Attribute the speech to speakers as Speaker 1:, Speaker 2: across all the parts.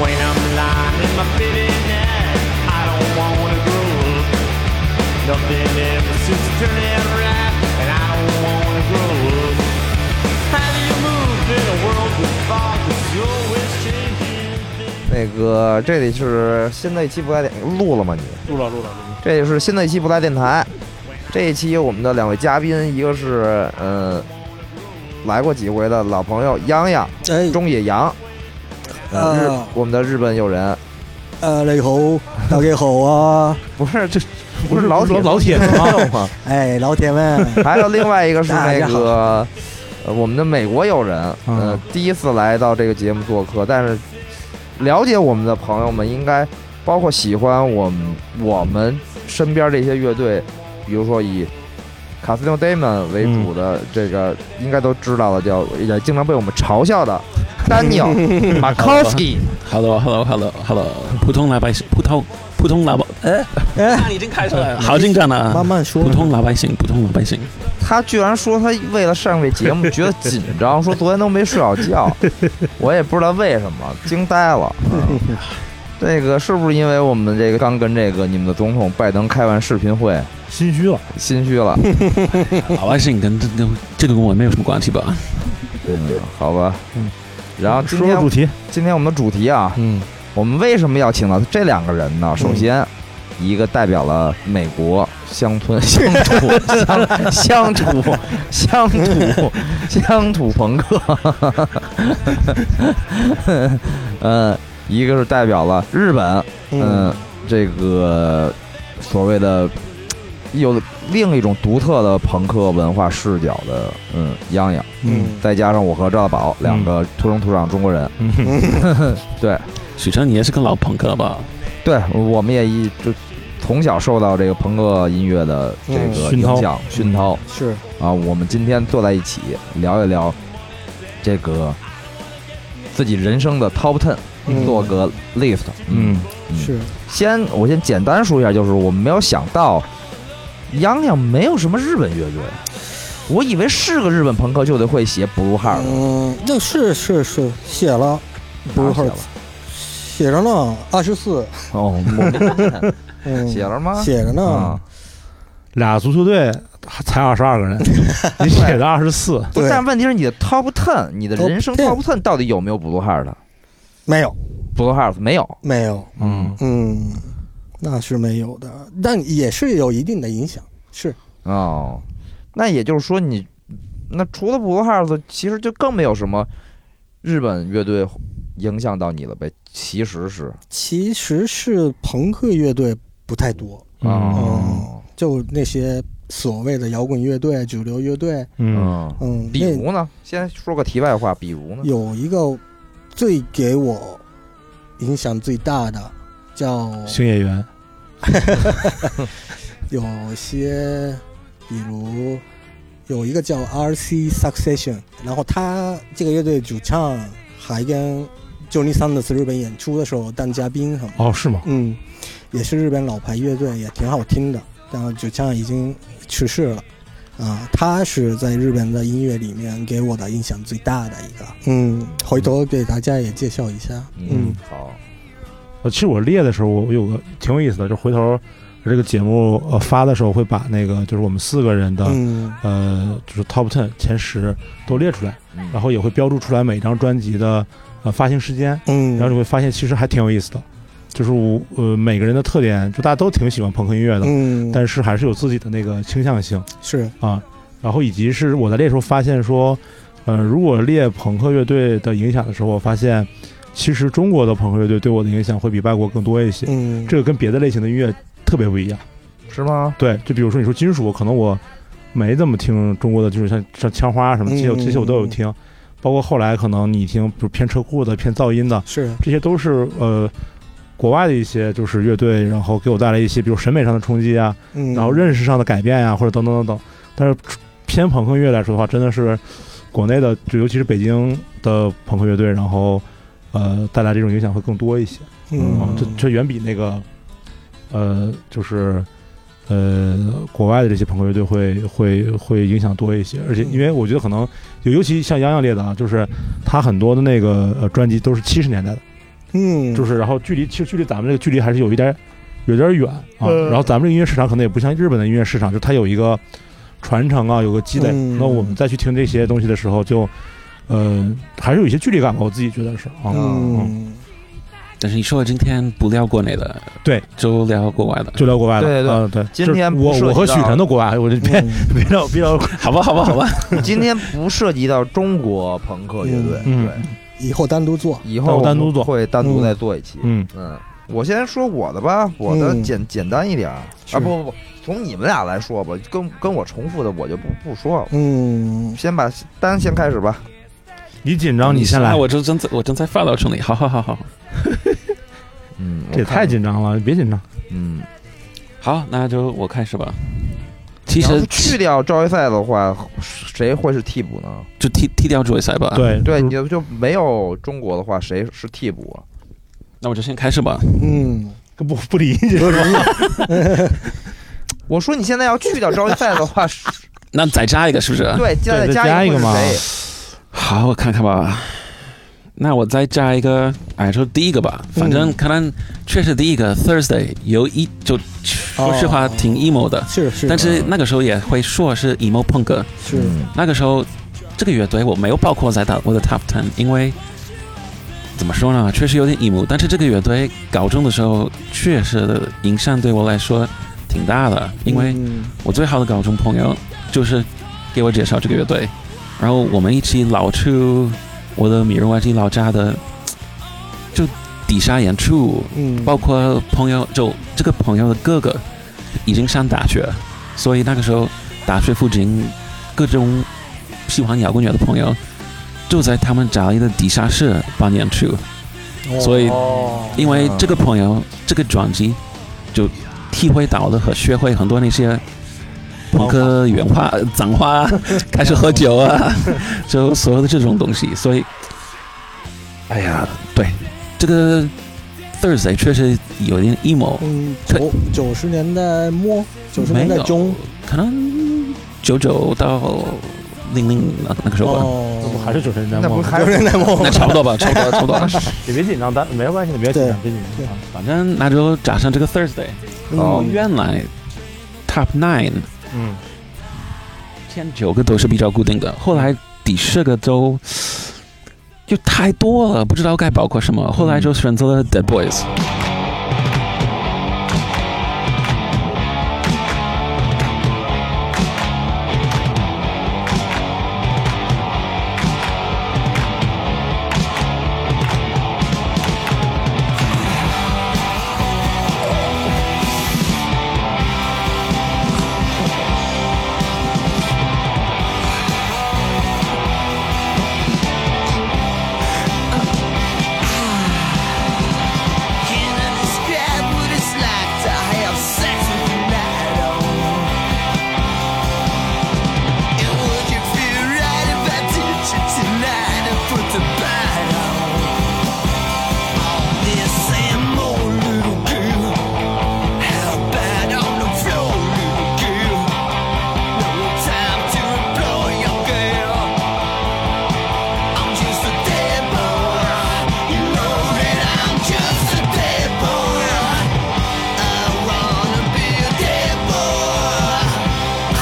Speaker 1: When I'm lying in my fitted net, I don't wanna grow. Nothing ever seems to turn out right, and I don't wanna grow. How do you move in a world with fog? Cause you're always changing things.
Speaker 2: 那个，这里是新的一期不来电，录了吗你？
Speaker 3: 录了录了录了，
Speaker 2: 这也是新的一期不来电台。这一期有我们的两位嘉宾，一个是嗯来过几回的老朋友洋洋
Speaker 4: 哎，
Speaker 2: 中野洋，呃，日
Speaker 4: 啊
Speaker 2: 我们的日本友人，
Speaker 4: 啊，你好，大家好啊！
Speaker 2: 不是这不是老
Speaker 3: 不
Speaker 2: 铁
Speaker 3: 是老铁吗
Speaker 2: 吗？
Speaker 4: 哎，老 铁们，
Speaker 2: 还有另外一个是
Speaker 4: 大
Speaker 2: 那
Speaker 4: 家好
Speaker 2: 个呃我们的美国友人，呃
Speaker 3: 嗯，
Speaker 2: 第一次来到这个节目做客，但是了解我们的朋友们应该包括喜欢我们我们身边这些乐队，比如说以。Casino Demon 为主的这个
Speaker 4: 嗯
Speaker 2: 应该都知道了，叫也经常被我们嘲笑的 Daniel Markowski，
Speaker 5: Hello，Hello，Hello，Hello，普通老百姓，普通普通老百，哎，
Speaker 4: 哎，
Speaker 5: 已经开出来了，好紧张啊
Speaker 4: 慢！慢说
Speaker 5: 普，通老百姓，普通老百姓，
Speaker 2: 他居然说他为了上这节目觉得紧张，说昨天都没睡好觉，我也不知道为什么，惊呆了。嗯这个是不是因为我们这个刚跟这个你们的总统拜登开完视频会，
Speaker 3: 心虚了。
Speaker 2: 心虚了？
Speaker 5: 老百姓跟这这这个跟我没有什么关系吧？
Speaker 2: 嗯，好吧
Speaker 3: 嗯。
Speaker 2: 然后今
Speaker 3: 说说主
Speaker 2: 天
Speaker 3: 题，
Speaker 2: 今天我们的主题啊，
Speaker 3: 嗯，
Speaker 2: 我们为什么要请到这两个人呢？首先，一个代表了美国乡村乡土乡 乡土乡土乡土朋克， 呃，一个是代表了日本，嗯、
Speaker 4: 嗯，
Speaker 2: 这个所谓的有另一种独特的朋克文化视角的，嗯，嗯洋洋，
Speaker 4: 嗯
Speaker 2: 再加上我和赵大宝两个土生土长中国人，对。
Speaker 5: 许晨，你也是个老朋克吧？
Speaker 2: 对，我们也一就从小受到这个朋克音乐的这个
Speaker 3: 嗯熏陶
Speaker 2: 影响熏陶
Speaker 4: 是，
Speaker 2: 啊。我们今天坐在一起聊一聊这个自己人生的 top ten，
Speaker 4: 嗯
Speaker 2: 做个 list。
Speaker 3: 嗯，
Speaker 4: 是，
Speaker 2: 先我先简单说一下，就是我没有想到洋洋没有什么日本乐队，我以为是个日本朋克就得会写 blue heart，
Speaker 4: 嗯，那是是是，写了，不是
Speaker 2: 哪儿写了
Speaker 4: 写着呢，二十四，
Speaker 2: 哦， 我
Speaker 4: 嗯，
Speaker 2: 写了吗？
Speaker 4: 写着呢
Speaker 2: 啊，，
Speaker 3: 俩足球队才二十二个 人，你写的二十四，
Speaker 2: 不
Speaker 4: 对
Speaker 2: 但问题是你的 top ten，你的
Speaker 4: Top
Speaker 2: 人生
Speaker 4: ten
Speaker 2: top ten 到底有没有 blue heart？
Speaker 4: 没有，
Speaker 2: Blue Heart 没有，
Speaker 4: 没有，
Speaker 3: 嗯，
Speaker 4: 嗯，那是没有的，但也是有一定的影响，是，
Speaker 2: 哦，那也就是说你那除了 Blue Heart，其实就更没有什么日本乐队影响到你了呗？其实是
Speaker 4: 其实是朋克乐队不太多，
Speaker 3: 嗯
Speaker 2: 哦，
Speaker 4: 就那些所谓的摇滚乐队、主流乐队，
Speaker 3: 嗯，
Speaker 2: 嗯，
Speaker 4: 嗯，
Speaker 2: 比
Speaker 4: 那
Speaker 2: 如呢？先说个题外话，比如呢？
Speaker 4: 有一个最给我影响最大的，叫
Speaker 3: 星野源，
Speaker 4: 有些，比如有一个叫 R.C. Succession，然后他这个乐队主唱还跟 Johnny Sanders 日本演出的时候当嘉宾什么，
Speaker 3: 哦，是吗？
Speaker 4: 嗯，也是日本老牌乐队，也挺好听的，然后主唱已经去世了。啊，他是在日本的音乐里面给我的印象最大的一个，嗯，回头给大家也介绍一下，嗯
Speaker 2: 嗯，好，
Speaker 3: 呃，其实我列的时候，我我有个挺有意思的，就回头这个节目呃发的时候会把那个就是我们四个人的
Speaker 4: 嗯，
Speaker 3: 呃就是 top ten 前十都列出来，
Speaker 2: 嗯
Speaker 3: 然后也会标注出来每张专辑的呃发行时间，
Speaker 4: 嗯，
Speaker 3: 然后你会发现其实还挺有意思的，就是我呃每个人的特点，就大家都挺喜欢朋克音乐的，
Speaker 4: 嗯，
Speaker 3: 但是还是有自己的那个倾向性
Speaker 4: 是
Speaker 3: 啊。然后以及是我在列时候发现说，呃，如果列朋克乐队的影响的时候，我发现其实中国的朋克乐队对我的影响会比外国更多一些，
Speaker 4: 嗯，
Speaker 3: 这个跟别的类型的音乐特别不一样。
Speaker 2: 是吗？
Speaker 3: 对，就比如说你说金属，可能我没怎么听中国的，就是像像枪花啊什么，这些这些我都有听，包括后来可能你听，比如偏车库的、偏噪音的，
Speaker 4: 是
Speaker 3: 这些都是呃国外的一些就是乐队，然后给我带来一些比如审美上的冲击啊，
Speaker 4: 嗯，
Speaker 3: 然后认识上的改变呀、或者等等等等。但是偏朋克乐来说的话，真的是国内的，就尤其是北京的朋克乐队，然后呃带来这种影啊哦响会更多一些。
Speaker 4: 嗯
Speaker 3: 这这远比那个呃就是呃，国外的这些朋克乐队会会会影响多一些，而且
Speaker 4: 嗯
Speaker 3: 因为我觉得可能，尤尤其像洋洋列的啊，就是他很多的那个呃专辑都是七十年代的，
Speaker 4: 嗯，
Speaker 3: 就是然后距离其实距离咱们这个距离还是有一点有点远啊。
Speaker 4: 呃
Speaker 3: 然后咱们这个音乐市场可能也不像日本的音乐市场，就它有一个传承啊，有个积累。
Speaker 4: 嗯
Speaker 3: 那我们再去听这些东西的时候就，呃还是有一些距离感吧，我自己觉得是啊。
Speaker 4: 嗯，
Speaker 5: 但是你说今天不聊国内的，
Speaker 3: 对，
Speaker 5: 就聊国外的，
Speaker 3: 就聊国外了，
Speaker 2: 对对
Speaker 3: 啊对
Speaker 2: 今
Speaker 3: 就是
Speaker 2: 天不
Speaker 3: 我
Speaker 2: 涉及
Speaker 3: 我和
Speaker 2: 到
Speaker 3: 许晨都国外，我就别、
Speaker 4: 嗯
Speaker 3: 别聊别 聊，
Speaker 5: 好吧，好吧，好吧。
Speaker 2: 今天不涉及到中国朋克乐队，
Speaker 3: 嗯
Speaker 2: 对，
Speaker 4: 以后单独做，
Speaker 2: 以后我们
Speaker 3: 单独做
Speaker 2: 会单独再做一期。
Speaker 3: 嗯
Speaker 2: 嗯，我先说我的吧，我的
Speaker 4: 嗯
Speaker 2: 简简单一点儿
Speaker 4: 是
Speaker 2: 啊，不不不，从你们俩来说吧，跟跟我重复的我就不不说了，
Speaker 4: 嗯，
Speaker 2: 先把单先开始吧。
Speaker 3: 你紧张你先来
Speaker 5: 啊，我就正在我正在发到群里，好好好好
Speaker 2: 嗯，我
Speaker 3: 这也
Speaker 2: 看
Speaker 3: 太紧张了，别紧张。
Speaker 2: 嗯，
Speaker 5: 好，那就我开始吧。其
Speaker 2: 要
Speaker 5: 实
Speaker 2: 是去掉赵一赛的话，谁会是替补呢？
Speaker 5: 就踢踢掉主赛吧。，
Speaker 3: 对
Speaker 2: 啊对，
Speaker 3: 就
Speaker 2: 你
Speaker 3: 是
Speaker 2: 就就没有中国的话，谁是替补啊？
Speaker 5: 那我就先开始吧。
Speaker 4: 嗯，
Speaker 3: 不不理解
Speaker 4: 不容易，
Speaker 2: 我说你现在要去掉赵一赛的话，是
Speaker 5: 那再加一个是不是？
Speaker 2: 对，现在
Speaker 3: 对再
Speaker 2: 加
Speaker 3: 加一
Speaker 2: 个
Speaker 3: 个嘛
Speaker 2: 谁？
Speaker 5: 好，我看看吧。那我再加一个，哎，就第一个吧。反正可能确实第一个 Thursday 有一就说实话
Speaker 4: 哦
Speaker 5: 挺 emo 的，
Speaker 4: 是是，
Speaker 5: 但是那个时候也会说是 emo punk。
Speaker 4: 是
Speaker 2: 嗯
Speaker 5: 那个时候这个乐队我没有包括在大我的 top ten，因为怎么说呢，确实有点 emo。但是这个乐队高中的时候确实的影响对我来说挺大的，因为
Speaker 4: 嗯
Speaker 5: 我最好的高中朋友就是给我介绍这个乐队，然后我们一起老去我的米尔瓦基老家的，就底下演出，
Speaker 4: 嗯，
Speaker 5: 包括朋友，就这个朋友的哥哥已经上大学，所以那个时候大学附近各种喜欢摇滚乐的朋友就在他们家里的地下室办演出， 所以
Speaker 4: 哦
Speaker 5: 因为这个朋友这个专辑，就体会到了和学会很多那些朋克原话、呃脏话，开始喝酒 啊，就所有的这种东西。所以，哎呀，对这个 Thursday 确实有点 emo，
Speaker 4: 嗯，九九十年代末，九十年代中，
Speaker 5: 可能九九到零零那那个时候吧，
Speaker 4: 哦，
Speaker 3: 不还是九十年代
Speaker 2: 那
Speaker 3: 末
Speaker 2: 不
Speaker 3: 吗？
Speaker 2: 还
Speaker 4: 九十年代 末，
Speaker 5: 那差不多吧，差不多差 不多。
Speaker 3: 也别紧张，咱没关系的，别紧张，别紧
Speaker 4: 对
Speaker 3: 张。啊
Speaker 5: 反正那就加上这个 Thursday，哦
Speaker 2: 好
Speaker 4: 嗯
Speaker 5: 原来 Top Nine。
Speaker 3: 嗯，
Speaker 5: 前九个都是比较固定的，后来第十个都就太多了，不知道该包括什么。后来就选择了 Dead Boys。
Speaker 6: Can I describe what it's like to have sex with your night on? And would you feel right if I did you tonight and put the bite on? All this and more, little girl. How about on the floor, little girl? No time to implore your girl. I'm just a dead boy. You know that I'm just a dead boy. I wanna be a dead boy.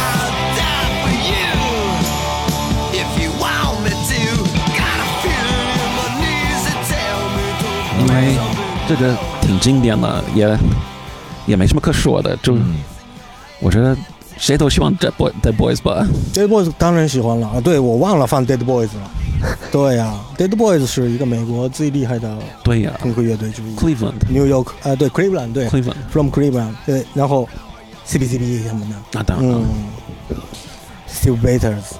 Speaker 6: I'll die for you if you want me to. Gotta feel in my knees and tell me to.
Speaker 5: 因为这个挺经典的，也也没什么可说的。就、
Speaker 2: 嗯
Speaker 5: 我觉得谁都希望 Dead Boy Dead Boys 吧。
Speaker 4: Dead Boys 当然喜欢了啊！对，我忘了放 Dead Boys 了。 对呀、d e a d Boys 是一个美国最厉害的
Speaker 5: 对呀、
Speaker 4: 朋克乐队之一
Speaker 5: c l e v e l a n d
Speaker 4: ，New York 呃，对 Cleveland 对
Speaker 5: c l e v e l a n d
Speaker 4: ，From Cleveland 对，然后 CBCB 什么的，
Speaker 5: 那当然
Speaker 4: 嗯
Speaker 5: 了、
Speaker 4: ，Steve Batters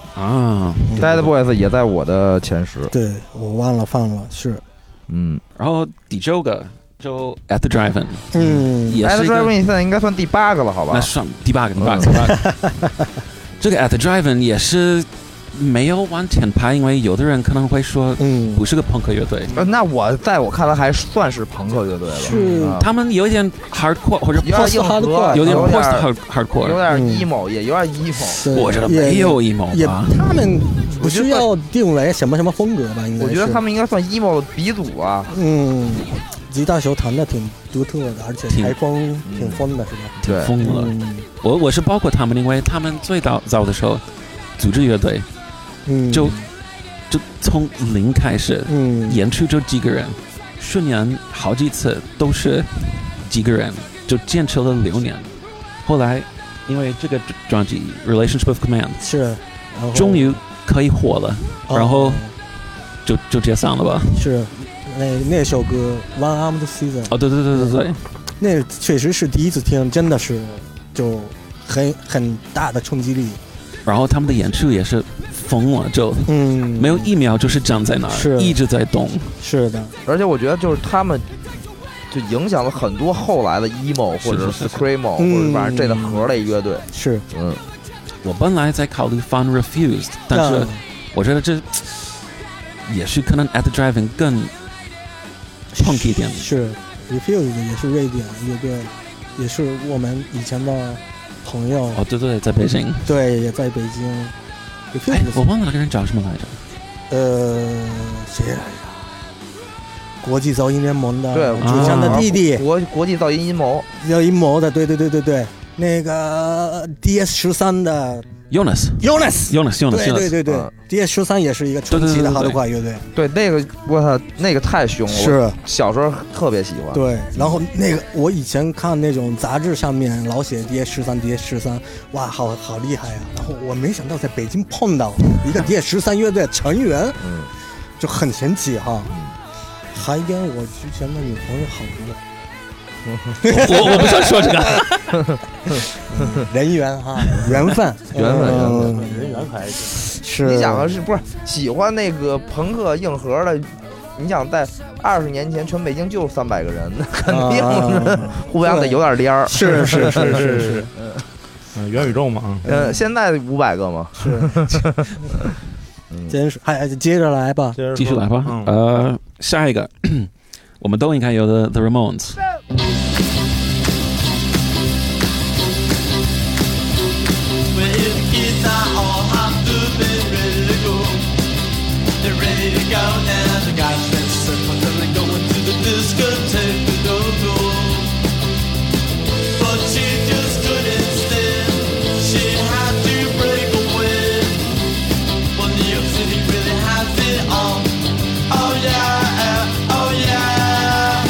Speaker 4: 嗯
Speaker 5: 啊。
Speaker 2: Dead Boys 也在我的前十。
Speaker 4: 对我忘了放了，是
Speaker 2: 嗯
Speaker 5: 然后第九个就 At the Drive-In，
Speaker 4: 嗯
Speaker 5: 也
Speaker 2: ，Dead
Speaker 5: 是一
Speaker 2: d r i
Speaker 5: 个
Speaker 2: v i n 现在应该算第八个了，好吧
Speaker 5: 那？算第八个，第八
Speaker 2: 嗯
Speaker 5: 个。第八个这个 At the Drive-In 也是没有往前排，因为有的人可能会说
Speaker 4: 嗯
Speaker 5: 不是个朋克乐队，
Speaker 2: 呃那我在我看来还算是朋克乐队了，
Speaker 4: 是
Speaker 2: 啊
Speaker 5: 他们有一点 hardcore 或者
Speaker 2: 有点
Speaker 5: post，
Speaker 2: 硬核，
Speaker 5: 有点
Speaker 2: 有
Speaker 5: post
Speaker 2: 点
Speaker 5: hardcore
Speaker 2: 有。点
Speaker 4: 嗯
Speaker 2: emo，也有点 emo。
Speaker 4: 对
Speaker 5: 我觉得
Speaker 4: 也
Speaker 5: 没有啊 emo
Speaker 4: 也
Speaker 5: 吧，
Speaker 4: 他们不
Speaker 2: 我觉得
Speaker 4: 需要定为什么什么风格吧？应该
Speaker 2: 我觉得
Speaker 4: 是
Speaker 2: 他们应该算 emo 的鼻祖啊。
Speaker 4: 嗯，吉他手弹的挺独特的，而且
Speaker 5: 挺
Speaker 4: 台风挺疯的，是吧？
Speaker 2: 对，
Speaker 5: 疯了。
Speaker 4: 嗯
Speaker 5: 我我是包括他们，因为他们最早早的时候组织乐队，
Speaker 4: 嗯，
Speaker 5: 就就从零开始，
Speaker 4: 嗯
Speaker 5: 演出就几个人，顺延好几次都是几个人，就坚持了六年。后来因为这个专辑《Relationship with Command
Speaker 4: 是，然后》
Speaker 5: 终于可以火了，
Speaker 4: 哦
Speaker 5: 然后就就解散了吧？
Speaker 4: 是那那首歌《One Armed Season》，
Speaker 5: 哦，对对对对对，
Speaker 4: 那确实是第一次听，真的是就很很大的冲击力，
Speaker 5: 然后他们的演出也是疯了，就
Speaker 4: 嗯，
Speaker 5: 没有一秒就是站在那
Speaker 4: 是
Speaker 5: 儿，一直在动。
Speaker 4: 是的，
Speaker 2: 而且我觉得就是他们。就影响了很多后来的 emo
Speaker 5: 是
Speaker 2: 或者
Speaker 5: 是是
Speaker 2: screamo 或者
Speaker 4: 嗯
Speaker 2: 反正这类核类乐队，
Speaker 4: 是，
Speaker 2: 嗯，
Speaker 5: 我本来在考虑 Fun Refused，但是
Speaker 4: 嗯
Speaker 5: 我觉得这也是可能 At the Driving 更 punk 一点
Speaker 4: 是 Refused 也是瑞典乐队，也是我们以前的朋友，
Speaker 5: 哦，对对，在北京。
Speaker 4: 对，也在北京。
Speaker 5: 哎
Speaker 4: Refused，、，
Speaker 5: 我忘了那个人叫什么来着。
Speaker 4: 呃，谁来着？国际噪音联盟的
Speaker 2: 对，
Speaker 4: 主唱的
Speaker 5: 啊
Speaker 4: 弟弟，
Speaker 2: 国国际噪音阴谋，
Speaker 4: 有阴谋的，对对对对对，那个 DS 十三的
Speaker 5: Jonas
Speaker 4: Jonas，
Speaker 5: Jonas Jonas
Speaker 4: 对对
Speaker 5: Jonas，
Speaker 4: 对对
Speaker 2: 嗯
Speaker 4: ，DS 十三也是一个传奇的
Speaker 5: 对对对对
Speaker 4: hardcore 乐队，
Speaker 2: 对那个我操，那个太凶了，我
Speaker 4: 是
Speaker 2: 小时候特别喜欢，
Speaker 4: 对。然后那个我以前看那种杂志上面老写 DS 十三 DS 十三，哇，好好厉害呀、然后我没想到在北京碰到一个 DS 十三乐队成员，
Speaker 2: 嗯，
Speaker 4: 就很神奇哈。还跟我之前的女朋友好了，
Speaker 5: 我我不想说这 个。
Speaker 4: 人缘哈，缘分，
Speaker 2: 缘分
Speaker 4: 嗯
Speaker 2: 缘
Speaker 7: 人缘还 是
Speaker 4: 是。
Speaker 2: 你想啊，是不是喜欢那个朋克硬核的？你想在二十年前，全北京就三百个人，那肯定是
Speaker 4: 啊
Speaker 2: 互相得有点颠儿。
Speaker 4: 是是是是是。
Speaker 3: 嗯，元宇宙嘛，嗯
Speaker 2: 呃，现在五百个嘛，
Speaker 4: 真是，还接着来吧。
Speaker 3: 接着说
Speaker 5: 继续来吧
Speaker 3: 嗯。
Speaker 5: 呃，下一个 我们都应该有的 The Ramones。
Speaker 6: kids are all hopped up and ready to go. They're ready to go now. The guys that simple till they're going to the discotheque to go go. But she just couldn't stand. She had to break away. Well, New York City really has it all. Oh yeah, oh yeah.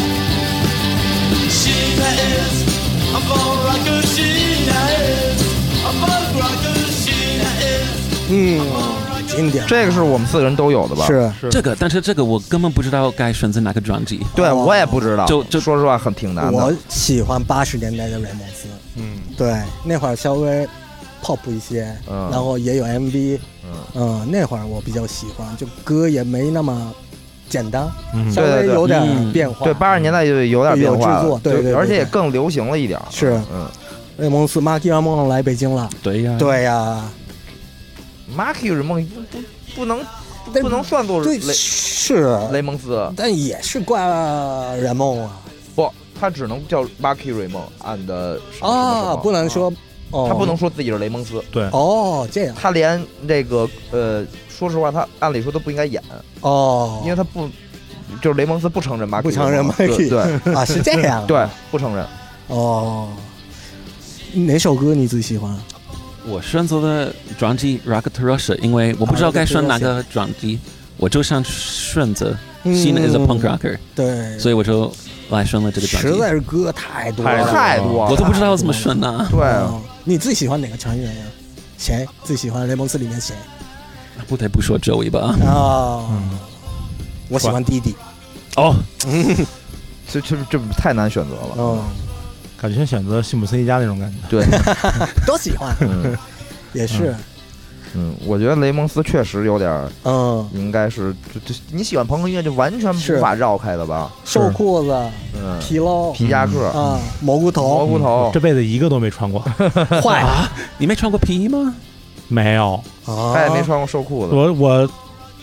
Speaker 6: She is a ball rocker, she is a ball rocker, she is
Speaker 4: 嗯，经典
Speaker 2: 这个是我们四个人都有的吧？，
Speaker 4: 是
Speaker 5: 这个，但是这个我根本不知道该选择哪个专辑。
Speaker 2: 对
Speaker 4: 哦
Speaker 2: 我也不知道，
Speaker 5: 就就
Speaker 2: 说实话很挺难
Speaker 4: 我
Speaker 2: 的。
Speaker 4: 喜欢八十年代的瑞蒙斯，
Speaker 3: 嗯，
Speaker 4: 对，那会儿稍微 pop 一些，
Speaker 2: 嗯
Speaker 4: 然后也有 MV，
Speaker 2: 嗯
Speaker 4: 嗯，那会儿我比较喜欢，就歌也没那么简单，
Speaker 3: 嗯
Speaker 4: 稍微
Speaker 2: 对对
Speaker 4: 有点
Speaker 5: 嗯
Speaker 4: 变化。
Speaker 2: 对，八十年代就有点变化
Speaker 4: 有制作
Speaker 2: 了，
Speaker 4: 对
Speaker 2: 就
Speaker 4: 对对
Speaker 2: 而且也
Speaker 4: 对
Speaker 2: 更流行了一点儿。
Speaker 4: 是
Speaker 2: 嗯
Speaker 4: 瑞蒙斯 Marky m o 来北京了，
Speaker 5: 对呀，
Speaker 4: 对呀、
Speaker 2: ，Marky 是梦不不不能
Speaker 4: 但
Speaker 2: 不能算作雷
Speaker 4: 对是，
Speaker 2: 雷蒙斯，啊
Speaker 4: 但也是怪人梦啊
Speaker 2: 不，他只能叫 Marky 瑞梦 and 什么什么什
Speaker 4: 啊，
Speaker 2: 么
Speaker 4: 不能说，哦，
Speaker 2: 嗯他不能说自己是雷蒙斯，
Speaker 3: 对，
Speaker 4: 哦，这样
Speaker 2: 他连这个呃，说实话，他按理说都不应该演，
Speaker 4: 哦，
Speaker 2: 因为他不就是雷蒙斯不承认马，
Speaker 4: 不承认
Speaker 2: 马，
Speaker 4: Marky
Speaker 2: 对对
Speaker 4: 啊是这样啊，
Speaker 2: 对，不承认。
Speaker 4: 哦，哪首歌你最喜欢？
Speaker 5: 我选择的专辑《Rocket to Russia》，因为我不知道该选哪个专辑，我就想选择新的 is a punk rocker，
Speaker 4: 嗯对，
Speaker 5: 所以我就来选了这个专
Speaker 4: 实
Speaker 5: 辑。
Speaker 4: 在是歌太多
Speaker 3: 太
Speaker 4: 了，
Speaker 2: 太多
Speaker 5: 我
Speaker 2: 了，
Speaker 5: 都不知道怎么选呢，
Speaker 2: 对啊，
Speaker 4: 哦你最喜欢哪个成员呀？谁最喜欢雷蒙斯里面谁
Speaker 5: 不得不说 Joey 吧。
Speaker 4: 啊？
Speaker 3: 嗯
Speaker 4: 我喜欢弟弟。
Speaker 5: 哦，
Speaker 2: 这这这太难选择了。
Speaker 4: 嗯，
Speaker 3: 感觉像选择辛普森一家那种感觉。
Speaker 2: 对，
Speaker 4: 都喜欢，
Speaker 2: 嗯
Speaker 4: 也是。
Speaker 2: 嗯，我觉得雷蒙斯确实有点儿，
Speaker 4: 嗯，
Speaker 2: 应该是就就你喜欢朋克音乐就完全
Speaker 4: 是
Speaker 2: 无法绕开的吧？
Speaker 4: 瘦裤子、
Speaker 2: 嗯，
Speaker 4: 皮褛
Speaker 2: 皮夹克、
Speaker 4: 啊，蘑菇
Speaker 2: 蘑
Speaker 4: 头
Speaker 2: 菇头
Speaker 3: 这，辈子一个都没穿过，
Speaker 4: 坏，
Speaker 5: 你没穿过皮衣吗？
Speaker 3: 没有，
Speaker 4: 啊，
Speaker 3: 哎
Speaker 2: 他也没穿过瘦裤
Speaker 4: 哦
Speaker 2: 子，
Speaker 3: 我我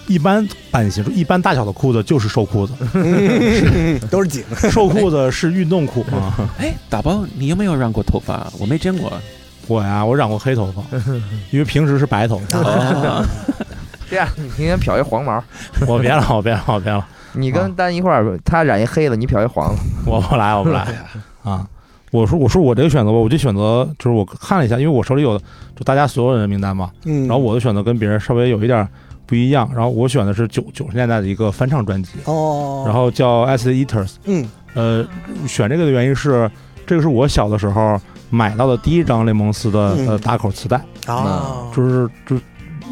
Speaker 3: 一般版型一般大小的裤子就是瘦裤子，
Speaker 4: 都是紧，
Speaker 3: 瘦裤子是运动裤嘛。
Speaker 5: 哎，打包，你有没有染过头发？我没见过。
Speaker 3: 我呀，我染过黑 头发，因为平时是白头发。
Speaker 5: 哦，
Speaker 2: 这样你天天漂一黄毛，
Speaker 3: 我别了，我别了，我别了，
Speaker 2: 你跟
Speaker 4: 哦
Speaker 2: 丹一块儿，他染一黑的，你漂一黄的，
Speaker 3: 我不来，我不来啊！我说我说我这个选择吧，我就选择就是我看了一下，因为我手里有就大家所有人的名单嘛，
Speaker 4: 嗯，
Speaker 3: 然后我的选择跟别人稍微有一点不一样，然后我选的是九九十年代的一个翻唱专辑，
Speaker 4: 哦，
Speaker 3: 然后叫《Acid Eaters》。
Speaker 4: 嗯
Speaker 3: 呃，选这个的原因是，这个是我小的时候买到的第一张雷蒙斯的呃
Speaker 4: 嗯
Speaker 3: 打口磁带，
Speaker 4: 啊，
Speaker 3: 嗯就是就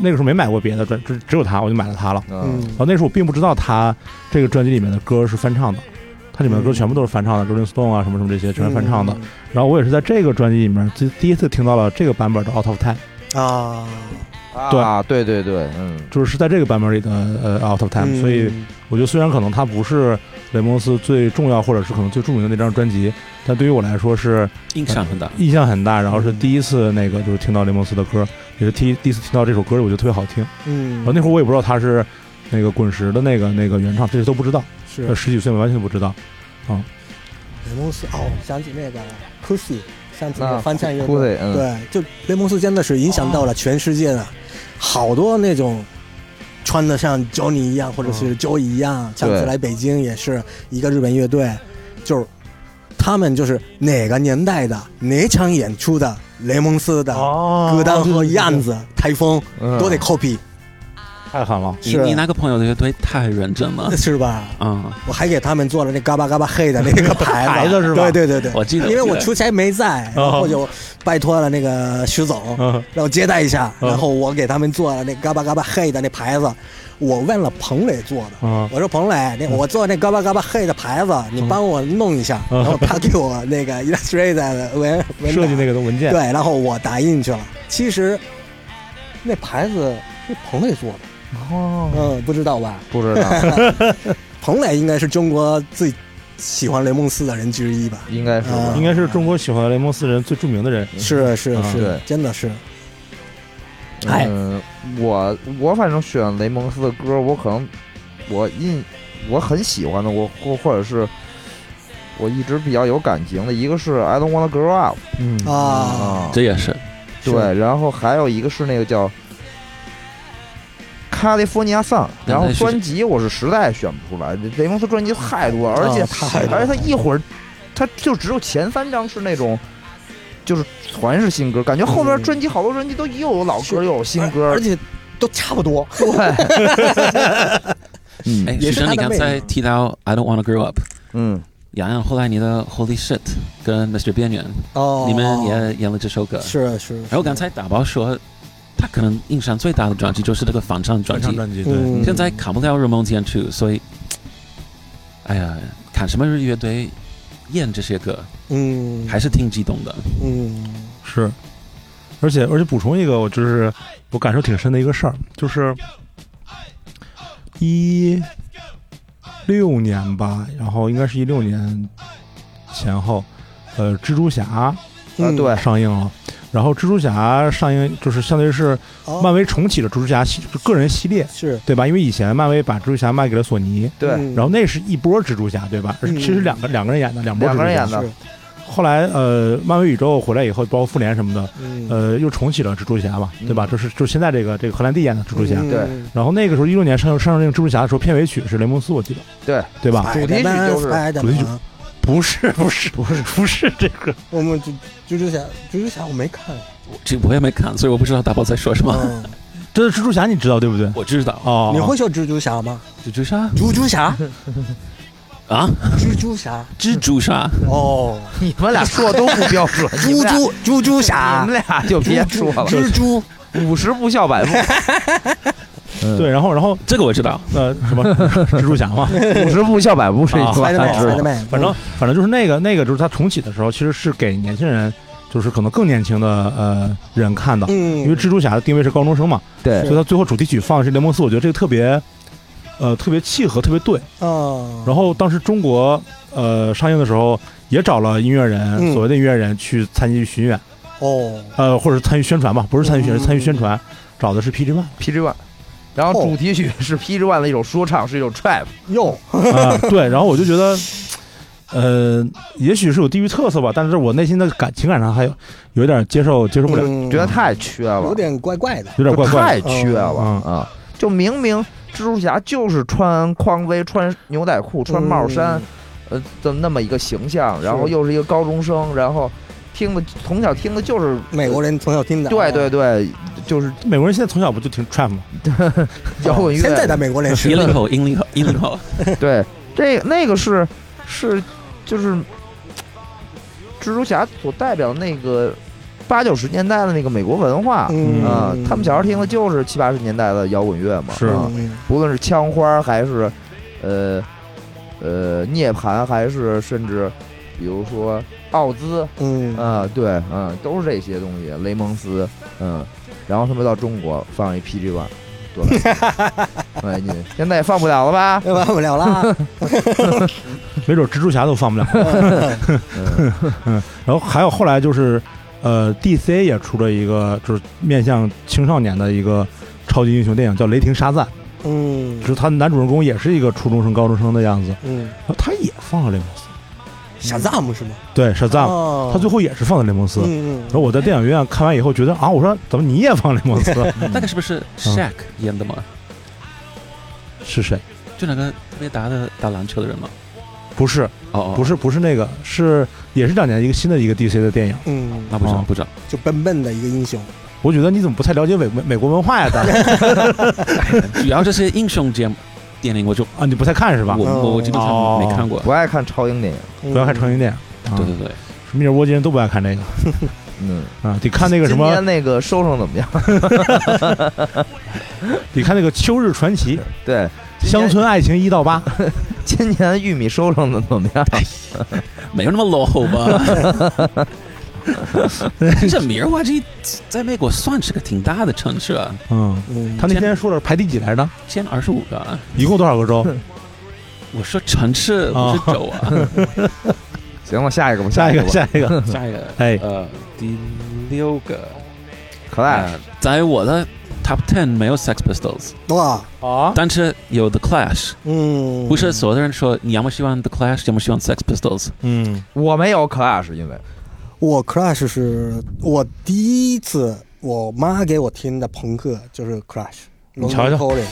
Speaker 3: 那个时候没买过别的专，只只有它，我就买了它了。
Speaker 2: 嗯，
Speaker 3: 然
Speaker 4: 嗯
Speaker 3: 后哦那时候我并不知道它这个专辑里面的歌是翻唱的，它里面的歌
Speaker 4: 嗯
Speaker 3: 全部都是翻唱的，Rolling Stone 啊什么什么这些全是翻唱的。然后我也是在这个专辑里面第第一次听到了这个版本的《Out of Time》，
Speaker 4: 啊，
Speaker 3: 对
Speaker 2: 啊，对对对，嗯，
Speaker 3: 就是在这个版本里的呃《Out of Time》，
Speaker 4: 嗯
Speaker 3: 所以我觉得虽然可能它不是雷蒙斯最重要或者是可能最著名的那张专辑，但对于我来说是。
Speaker 5: 印象很大。
Speaker 3: 印象很大，然后是
Speaker 4: 嗯
Speaker 3: 第一次那个就是听到雷蒙斯的歌，也是第第一次听到这首歌，我觉得特别好听。
Speaker 4: 嗯
Speaker 3: 然后，那会儿我也不知道他是那个滚石的那个那个原唱，这些都不知道，
Speaker 4: 是
Speaker 3: 呃十几岁嘛完全不知道。
Speaker 4: 雷蒙斯哦，想起那个 Pussy，上次
Speaker 2: 那
Speaker 4: 的翻唱乐
Speaker 2: 哭
Speaker 4: 队，
Speaker 2: 的，嗯，
Speaker 4: 对，就雷蒙斯真的是影响到了全世界的好多那种。穿的像 Johnny 一样，或者是 Joey 一样，上次
Speaker 2: 对
Speaker 4: 来北京也是一个日本乐队，就是他们就是哪个年代的哪场演出的雷蒙斯的
Speaker 3: 哦
Speaker 4: 啊歌单
Speaker 2: 啊
Speaker 4: 和样子、台风
Speaker 2: 嗯
Speaker 4: 都得 copy，
Speaker 3: 太狠了，
Speaker 5: 你
Speaker 4: 是
Speaker 5: 你那个朋友的乐队太认真 了
Speaker 4: 是吧？
Speaker 5: 啊！
Speaker 4: 我还给他们做了那嘎巴嘎巴黑的那个牌子，
Speaker 3: 牌子是吧
Speaker 4: 对对对对，
Speaker 5: 我记得，
Speaker 4: 因为我
Speaker 5: 记
Speaker 4: 出差没在，
Speaker 3: 哦
Speaker 4: 然后就拜托了那个徐总，
Speaker 3: 嗯，
Speaker 4: 让我接待一下，
Speaker 3: 嗯
Speaker 4: 然后我给他们做了那嘎巴嘎巴黑的那牌子，我问了彭磊做的。
Speaker 3: 嗯
Speaker 4: 我说彭磊，那我做那嘎巴嘎巴黑的牌子，你帮我弄一下。
Speaker 3: 嗯
Speaker 4: 然后他给我那个 Illustrator 的文文
Speaker 3: 设计
Speaker 4: 档
Speaker 3: 那个的文件，
Speaker 4: 对，然后我打印去了。其实那牌子是彭磊做的，
Speaker 3: 哦，
Speaker 4: 嗯，不知道吧？
Speaker 2: 不知道，
Speaker 4: 彭磊应该是中国最喜欢雷蒙斯的人之一吧？
Speaker 2: 应该是吧
Speaker 4: 嗯
Speaker 3: 应该是中国喜欢雷蒙斯人最著名的人。
Speaker 4: 是是
Speaker 3: 啊
Speaker 4: 是
Speaker 2: 对，
Speaker 4: 真的是。哎
Speaker 2: 嗯，我我反正选雷蒙斯的歌，我可能我印我很喜欢的，我或或者是我一直比较有感情的，一个是 I Don't Wanna Grow Up
Speaker 3: 嗯，
Speaker 4: 啊，
Speaker 5: 这也是
Speaker 2: 对，然后还有一个是那个叫 California
Speaker 5: 啊
Speaker 2: Sun，然后专辑我是实在选不出来，雷蒙斯专辑太多，了，而且、
Speaker 4: 啊太多
Speaker 2: 而
Speaker 4: 了
Speaker 2: 且他一会儿他就只有前三张是那种。就是全是新歌，感觉后边专辑好多专辑都又有老
Speaker 4: 是
Speaker 2: 歌又有新歌，
Speaker 4: 而且都差不多。
Speaker 2: 对，嗯
Speaker 5: 哎，
Speaker 4: 也
Speaker 5: 徐
Speaker 4: 是他
Speaker 5: 峥，
Speaker 4: 的
Speaker 5: 你刚
Speaker 4: 魅
Speaker 5: 才
Speaker 4: 力
Speaker 5: 提到 I don't wanna grow up，
Speaker 2: 嗯，
Speaker 5: 洋洋后来你的 Holy shit 跟 Mr. 边缘，
Speaker 4: 哦，
Speaker 5: 你们也演了这首歌。
Speaker 4: 是是。
Speaker 5: 然后刚才打包说，他可能印象最大的专辑就是这个反唱
Speaker 3: 转
Speaker 5: 专辑
Speaker 3: 唱，专辑对，
Speaker 4: 嗯
Speaker 5: 现在看不了 Ramones 演出，所以，哎呀，看什么乐队演这些歌，
Speaker 4: 嗯
Speaker 5: 还是挺激动的。
Speaker 4: 嗯
Speaker 3: 是。而且而且补充一个，我就是我感受挺深的一个事儿，就是一六年吧，然后应该是一六年前后，呃，蜘蛛侠
Speaker 2: 啊
Speaker 4: 嗯
Speaker 2: 对，
Speaker 3: 上映了。然后蜘蛛侠上映就是相当于是
Speaker 4: 哦
Speaker 3: 漫威重启了蜘蛛侠系个人系列，
Speaker 4: 是
Speaker 3: 对吧？因为以前漫威把蜘蛛侠卖给了索尼，
Speaker 2: 对，
Speaker 4: 嗯
Speaker 3: 然后那是一波蜘蛛侠，对吧？而
Speaker 4: 嗯
Speaker 3: 其实两个两个人演的，两波蜘
Speaker 2: 两
Speaker 3: 蛛
Speaker 2: 个人
Speaker 3: 侠
Speaker 2: 演。的，
Speaker 4: 是
Speaker 3: 后来呃，漫威宇宙回来以后，包括复联什么的，
Speaker 4: 嗯
Speaker 3: 呃，又重启了蜘蛛侠嘛，对吧？
Speaker 2: 嗯
Speaker 3: 就是就现在这个这个荷兰弟演的蜘蛛侠。
Speaker 4: 嗯
Speaker 2: 对
Speaker 3: 然后那个时候一六年上上映这个蜘蛛侠的时候，片尾曲是雷蒙斯，我记得，
Speaker 2: 对
Speaker 3: 对吧？
Speaker 2: 主题曲就是
Speaker 4: Spider-Man，
Speaker 3: 主题曲
Speaker 4: Spider-Man
Speaker 3: 不是不是不是不是这个，
Speaker 4: 我们蜘蜘蛛侠，蜘蛛侠我 没看。
Speaker 5: 这我也没看，所以我不知道打包在说什么。
Speaker 4: 嗯，
Speaker 3: 这是蜘蛛侠，你知道对不对？
Speaker 5: 我知道，
Speaker 3: 哦，
Speaker 4: 你会说蜘蛛侠吗？
Speaker 5: 蜘蛛侠
Speaker 4: 蜘蛛侠，
Speaker 5: 啊，
Speaker 4: 蜘蛛侠。
Speaker 5: 蜘蛛侠，
Speaker 4: 哦，
Speaker 2: 你们俩说的都不标准，你
Speaker 4: 猪
Speaker 2: 们俩
Speaker 4: 猪猪猪
Speaker 2: 你
Speaker 4: 侠，
Speaker 2: 们俩就别说了，
Speaker 4: 蜘蛛
Speaker 2: 五十步笑百步，
Speaker 3: 对，然后然后
Speaker 5: 这个我知道。
Speaker 3: 呃什么蜘蛛侠嘛，
Speaker 2: 五十步笑百步是一
Speaker 3: 啊
Speaker 2: 说，他
Speaker 4: ，Spider Man
Speaker 2: 知道
Speaker 4: Spider Man，
Speaker 3: 反正反正就是那个那个就是他重启的时候，其实是给年轻人，就是可能更年轻的呃人看的，
Speaker 4: 嗯，
Speaker 3: 因为蜘蛛侠的定位是高中生嘛，所
Speaker 2: 对
Speaker 3: 以他最后主题曲放的是雷蒙斯，我觉得这个特别。呃，特别契合，特别对。
Speaker 2: 哦
Speaker 4: 啊，
Speaker 3: 然后当时中国呃上映的时候，也找了音乐人，
Speaker 4: 嗯
Speaker 3: 所谓的音乐人去参与巡演，
Speaker 4: 后哦，
Speaker 3: 呃，或者参与宣传吧，不是参与宣
Speaker 4: 嗯
Speaker 3: 传，参与宣传，找的是 PG One
Speaker 2: PG One，然后
Speaker 4: 哦
Speaker 2: 主题曲是 PG One 的一首说唱，是一首 trap，
Speaker 4: 哟，
Speaker 3: 啊，对，然后我就觉得，呃，也许是有地域特色吧，但是我内心的感情感上还有有一点接受接受不了，
Speaker 4: 嗯
Speaker 2: 觉得太缺了，
Speaker 4: 有点怪怪的。
Speaker 3: 有点怪怪
Speaker 2: 太
Speaker 3: 的。
Speaker 2: 缺了
Speaker 3: 嗯
Speaker 2: 啊！就明明蜘蛛侠就是穿匡威、穿牛仔裤、穿帽衫，
Speaker 3: 嗯
Speaker 2: 呃，这么那么一个形象，然后又是一个高中生，然后听的从小听的就是
Speaker 4: 嗯，美国人从小听的。
Speaker 2: 对对对，就是
Speaker 3: 美国人现在从小不就听 trap 吗？
Speaker 2: 摇滚乐。
Speaker 4: 哦现在的美国人是
Speaker 5: 一零后，一零后，一零后，
Speaker 2: 对，这那个是是就是蜘蛛侠所代表的那个八九十年代的那个美国文化。
Speaker 4: 嗯
Speaker 2: 啊，他们小时候听的就是七八十年代的摇滚乐嘛，
Speaker 3: 是
Speaker 2: 啊，
Speaker 4: 嗯
Speaker 2: 不论是枪花还是，呃，呃，涅槃，还是甚至，比如说奥兹，
Speaker 4: 嗯
Speaker 2: 啊、对，嗯、都是这些东西，雷蒙斯，嗯，然后他们到中国放一 PG One，多来多来劲，现在也放不了了吧？
Speaker 4: 那完不 了啦。
Speaker 3: 没准蜘蛛侠都放不 了。
Speaker 2: 嗯，
Speaker 3: 然后还有后来就是，呃，DC 也出了一个就是面向青少年的一个超级英雄电影，叫《雷霆沙赞》，
Speaker 4: 嗯
Speaker 3: 就是他男主人公也是一个初中生、高中生的样子，
Speaker 4: 嗯，
Speaker 3: 然哦后他也放了雷蒙斯，
Speaker 4: 小藏姆是吗？
Speaker 3: 对，是这样，
Speaker 4: 哦
Speaker 3: 他最后也是放的雷蒙斯。
Speaker 4: 嗯嗯
Speaker 3: 然后我在电影院看完以后觉得啊，我说怎么你也放雷蒙 斯？
Speaker 5: 那个是不是 Shaq 演的嘛？
Speaker 3: 是谁？
Speaker 5: 就那个特别打的打篮球的人嘛？
Speaker 3: 不是，
Speaker 5: 哦哦，
Speaker 3: 不
Speaker 5: 是，
Speaker 3: 是，不是那个，是也是这两年一个新的一个 DC 的电影。
Speaker 4: 嗯，
Speaker 5: 那不知道
Speaker 3: 哦
Speaker 5: 不知道。
Speaker 4: 就笨笨的一个英雄。
Speaker 3: 我觉得你怎么不太了解美美美国文化呀，大 哥
Speaker 5: 主要这些英雄节目电影，我就
Speaker 3: 啊？你不太看是吧
Speaker 5: 我？我基本上没看过。
Speaker 2: 嗯不爱看超英电影，
Speaker 4: 不
Speaker 3: 不要看超英电影，啊
Speaker 5: 嗯对对对，
Speaker 3: 什么密尔沃基人都不爱看这个
Speaker 2: 嗯，
Speaker 3: 啊，得看那个什
Speaker 2: 今
Speaker 3: 么，
Speaker 2: 年那个收成怎么样？
Speaker 3: 得看那个《秋日传奇》
Speaker 2: 对，
Speaker 3: 《乡村爱情一到八》
Speaker 2: 今年玉米收成的怎么样？
Speaker 5: 没有那么 low 吧？ 这米尔沃基在美国算是个挺大的城市啊，
Speaker 3: 嗯，
Speaker 4: 嗯，
Speaker 3: 他那天说了排第几来着？
Speaker 5: 建二十五个啊。
Speaker 3: 一共多少个州？
Speaker 5: 我说城市不是州啊。
Speaker 2: 行了，下一个吧，
Speaker 3: 下一
Speaker 2: 个
Speaker 3: 个，
Speaker 2: 吧，
Speaker 3: 下一个，
Speaker 5: 下一个，
Speaker 3: 哎
Speaker 5: 呃，第六个，
Speaker 2: 可爱，
Speaker 5: 呃，在我的 Top Ten 没有 Sex Pistols，
Speaker 4: 嗯哇，
Speaker 3: 啊，
Speaker 5: 但是有 The Clash。
Speaker 4: 嗯，
Speaker 5: 不是所有的人说你要么喜欢 The Clash，要么喜欢 Sex Pistols。
Speaker 3: 嗯，
Speaker 2: 我没有可爱是因为
Speaker 4: 我 Crash 是我第一次我妈给我听的朋克，就是 Crash。
Speaker 3: 你瞧瞧
Speaker 4: Lonely Colin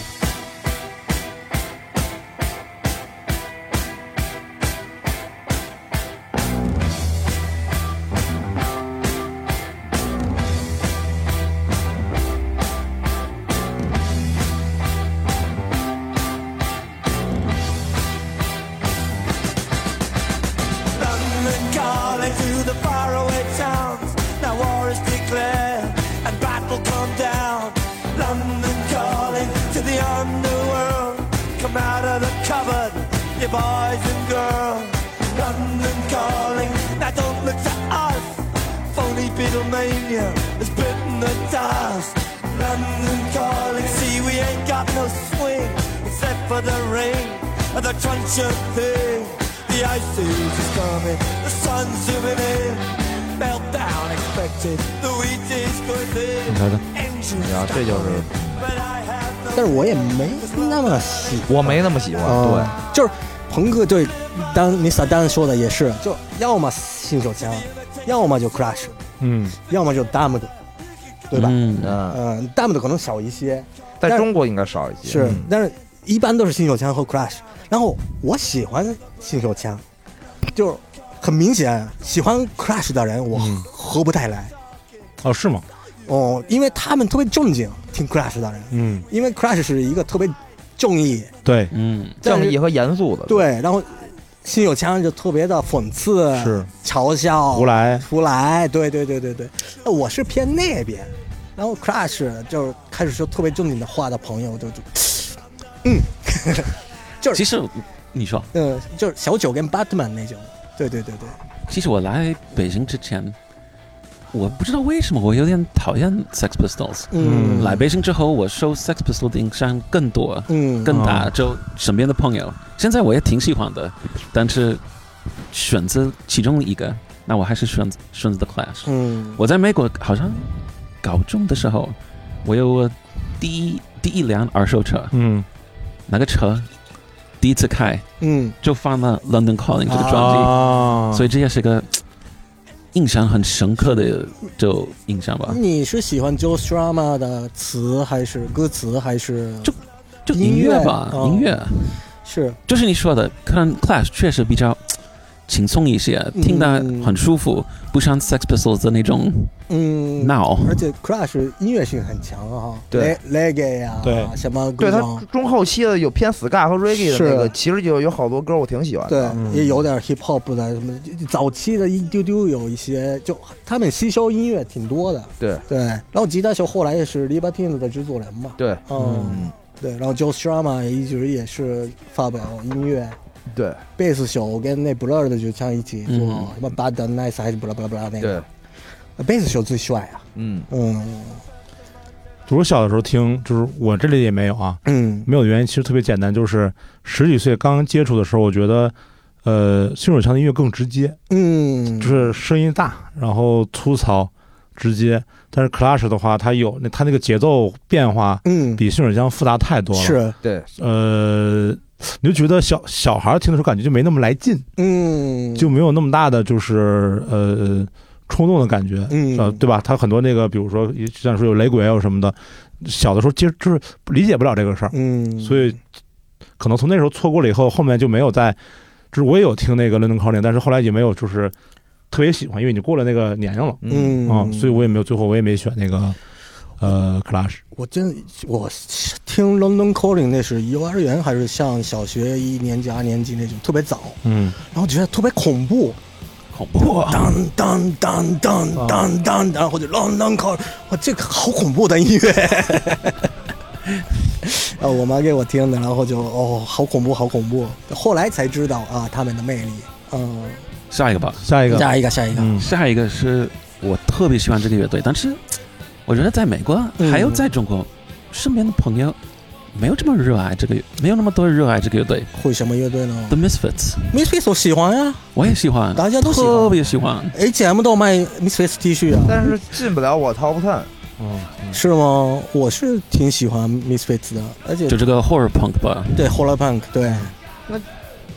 Speaker 8: London calling to the faraway towns. Now war is declared and battle come down. London calling to the underworld. Come out of the cupboard, you boys and girls. London calling, now don't look to us. Phony Beatlemania is bitten the dust. London calling, see we ain't got no swing except for the rain and the crunch of things. The ice age is coming, the sun's zooming in. Meltdown expected, the wheat is going
Speaker 5: 你
Speaker 8: thin.
Speaker 5: 瞧瞧，
Speaker 8: Engines
Speaker 2: 啊，这就是
Speaker 8: but I have no
Speaker 4: 但是我也没那么喜欢。
Speaker 2: 我没那么喜欢，对。
Speaker 4: 啊，就是朋克对，当 Mr. Dan 说的也是，就要么信手枪，要么就 Crash，
Speaker 3: 嗯，
Speaker 4: 要么就 Damned，对吧？嗯、
Speaker 5: 嗯，
Speaker 2: 嗯，
Speaker 4: ，Damned 可能少一些，
Speaker 2: 在中国应该少一些。
Speaker 4: 是，
Speaker 2: 嗯
Speaker 4: 但是一般都是信手枪和 Crash。然后我喜欢信手枪，就是很明显，喜欢 Crash 的人我合不太来、
Speaker 3: 哦，是吗？
Speaker 4: 哦，因为他们特别正经，听 Crash 的人，
Speaker 3: 嗯，
Speaker 4: 因为 Crash 是一个特别正义，
Speaker 3: 对，
Speaker 5: 嗯，
Speaker 4: 但是
Speaker 2: 正义和严肃的，
Speaker 4: 对，然后信手枪就特别的讽刺，
Speaker 3: 是
Speaker 4: 嘲笑，
Speaker 3: 胡来，
Speaker 4: 胡来，对对对对对，那我是偏那边，然后 Crash 就是开始说特别正经的话的朋友就就，嗯，
Speaker 5: 其实你说，
Speaker 4: 呃，就是小九跟 Batman 那种，对对对对，
Speaker 5: 其实我来北京之前，我不知道为什么我有点讨厌 Sex Pistols。
Speaker 3: 嗯
Speaker 5: 来北京之后，我受 Sex Pistols 的影响更多、
Speaker 4: 嗯
Speaker 5: 更大，就身边的朋友。现在我也挺喜欢的，但是选择其中一个，那我还是顺顺着 The Clash。
Speaker 4: 嗯，
Speaker 5: 我在美国好像高中的时候，我有第一第一辆二手车，
Speaker 3: 嗯，
Speaker 5: 那个车第一次开
Speaker 4: 嗯
Speaker 5: 就放了《London Calling》这个专辑，
Speaker 3: 啊，
Speaker 5: 所以这也是个印象很深刻的就印象
Speaker 3: 啊
Speaker 5: 吧。
Speaker 4: 你是喜欢 Joe Strummer 的词还是歌词还是
Speaker 5: 就就
Speaker 4: 音
Speaker 5: 音
Speaker 4: 乐
Speaker 5: 乐吧，
Speaker 4: 哦
Speaker 5: 音乐
Speaker 4: 是
Speaker 5: 就是你说的，可能 Clash 确实比较轻松一些，
Speaker 4: 嗯
Speaker 5: 听得很舒服，不像 Sex Pistols 的那种
Speaker 4: 嗯
Speaker 5: 闹。
Speaker 4: 而且 Crash 音乐性很强啊，
Speaker 2: 对
Speaker 4: Reggae 呀、啊，
Speaker 3: 对
Speaker 4: 什么各
Speaker 2: 对他
Speaker 4: 种，
Speaker 2: 中后期的有偏 ska 和 reggae 的那个，
Speaker 4: 是
Speaker 2: 其实有有好多歌我挺喜欢
Speaker 4: 对
Speaker 2: 的。，
Speaker 3: 嗯
Speaker 4: 也有点 hip hop 的什么，就就早期的一丢丢有一些，就他们吸收音乐挺多的。
Speaker 2: 对
Speaker 4: 对，然后吉他手后来也是 Libertines 的制作人嘛。
Speaker 2: 对
Speaker 4: 嗯，
Speaker 2: 嗯，
Speaker 4: 对，然后 Joe Strummer 也一直也是发表音乐，
Speaker 2: 对
Speaker 4: 贝斯手跟那 Blur 的就像一起做
Speaker 5: 嗯
Speaker 4: 什么 Bad and Nice 还是巴拉巴拉巴拉那个，
Speaker 2: 对，
Speaker 4: 贝斯手最帅啊。
Speaker 2: 嗯，
Speaker 4: 嗯
Speaker 3: 我小的时候听，就是我这里也没有啊，
Speaker 4: 嗯
Speaker 3: 没有的原因其实特别简单，就是十几岁刚接触的时候，我觉得，呃，信手枪的音乐更直接，
Speaker 4: 嗯，
Speaker 3: 就是声音大，然后粗糙、直接。但是 Clash 的话，它有那它那个节奏变化
Speaker 4: 嗯
Speaker 3: 比信手枪复杂太多了。，
Speaker 4: 是
Speaker 2: 对，
Speaker 3: 呃，你就觉得小小孩听的时候感觉就没那么来劲，
Speaker 4: 嗯
Speaker 3: 就没有那么大的就是呃冲动的感觉。
Speaker 4: 嗯
Speaker 3: 呃，对吧？它很多那个，比如说，就像说有雷鬼啊，有什么的，小的时候接就是理解不了这个事儿，
Speaker 4: 嗯，
Speaker 3: 所以可能从那时候错过了以后，后面就没有再，就是我也有听那个 London Calling，但是后来也没有就是特别喜欢，因为你过了那个年龄了
Speaker 2: 嗯
Speaker 4: 嗯
Speaker 3: 啊、所以我也没有最后我也没选那个呃 Clash。
Speaker 4: 我真我听 London Calling 那是幼儿园还是上小学一年级、二年级那种，特别早，
Speaker 3: 嗯，
Speaker 4: 然后觉得特别恐怖，
Speaker 5: 恐怖啊！
Speaker 4: 当当当当当当当，或者 London Calling，哇，这个好恐怖的音乐。 呃，我妈给我听的，然后就哦，好恐怖，好恐怖。后来才知道啊，他们的魅力。嗯，
Speaker 5: 下一个吧，
Speaker 3: 下一个，
Speaker 4: 下一个，下一个。
Speaker 3: 嗯
Speaker 5: 下一个是我特别喜欢这个乐队，但是我觉得在美国
Speaker 4: 嗯
Speaker 5: 还有在中国，身边的朋友没有这么热爱这个乐，没有那么多热爱这个乐队。
Speaker 4: 会什么乐队呢
Speaker 5: The Misfits，
Speaker 4: ？Misfits 我喜欢呀
Speaker 5: 我也喜欢，
Speaker 4: 大家都喜欢
Speaker 5: 特别喜欢。
Speaker 4: ，H&M 都有卖 Misfits T 恤啊。
Speaker 2: 但是进不了我 top ten。
Speaker 3: 嗯
Speaker 4: 是吗？我是挺喜欢 Misfits 的，而且
Speaker 5: 就这个 horror punk 吧，
Speaker 4: 对 h o l o Punk，对，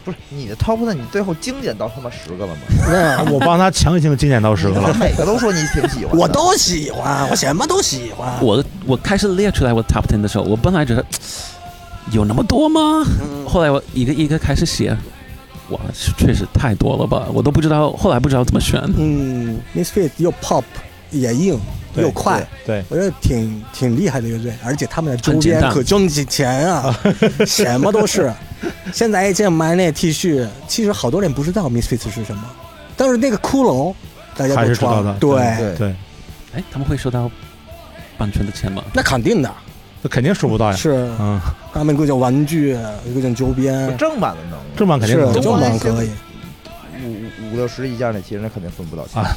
Speaker 2: 不是你的 top ten，你最后精简到他妈十个了吗？
Speaker 4: 那
Speaker 3: 我帮他强行精简到十个 了。
Speaker 2: 每个都说你挺喜欢的，
Speaker 4: 我都喜欢，我什么都喜欢。
Speaker 5: 我我开始列出来我 top ten 的时候，我本来觉得有那么多吗？
Speaker 4: 嗯
Speaker 5: 后来我一个一个开始写，哇，是确实太多了吧，我都不知道，后来不知道怎么选。
Speaker 4: 嗯，Misfits 又 pop 也硬
Speaker 3: 对
Speaker 4: 又快，
Speaker 3: 对，
Speaker 4: 我觉得挺挺厉害的乐队，而且他们的周
Speaker 5: 很简
Speaker 4: 边
Speaker 5: 单
Speaker 4: 可挣钱啊，什么都是。现在这买那 T 恤，其实好多人不知道 Misfits 是什么，但是那个骷髅大家
Speaker 3: 还
Speaker 4: 都
Speaker 3: 是知道
Speaker 4: 穿
Speaker 3: 的
Speaker 4: 了，对，
Speaker 2: 对，
Speaker 3: 对，
Speaker 5: 哎，他们会收到版权的钱吗？
Speaker 4: 那肯定的，
Speaker 3: 那肯定收不到呀。
Speaker 4: 是
Speaker 3: 嗯，
Speaker 4: 他们各种玩具，各种周边，
Speaker 2: 正版的能吗
Speaker 3: 正版肯定
Speaker 4: 是
Speaker 3: 收不
Speaker 4: 正
Speaker 3: 到
Speaker 4: 版可以。
Speaker 2: 五五五六十以下那其实那肯定分不到钱。
Speaker 3: 啊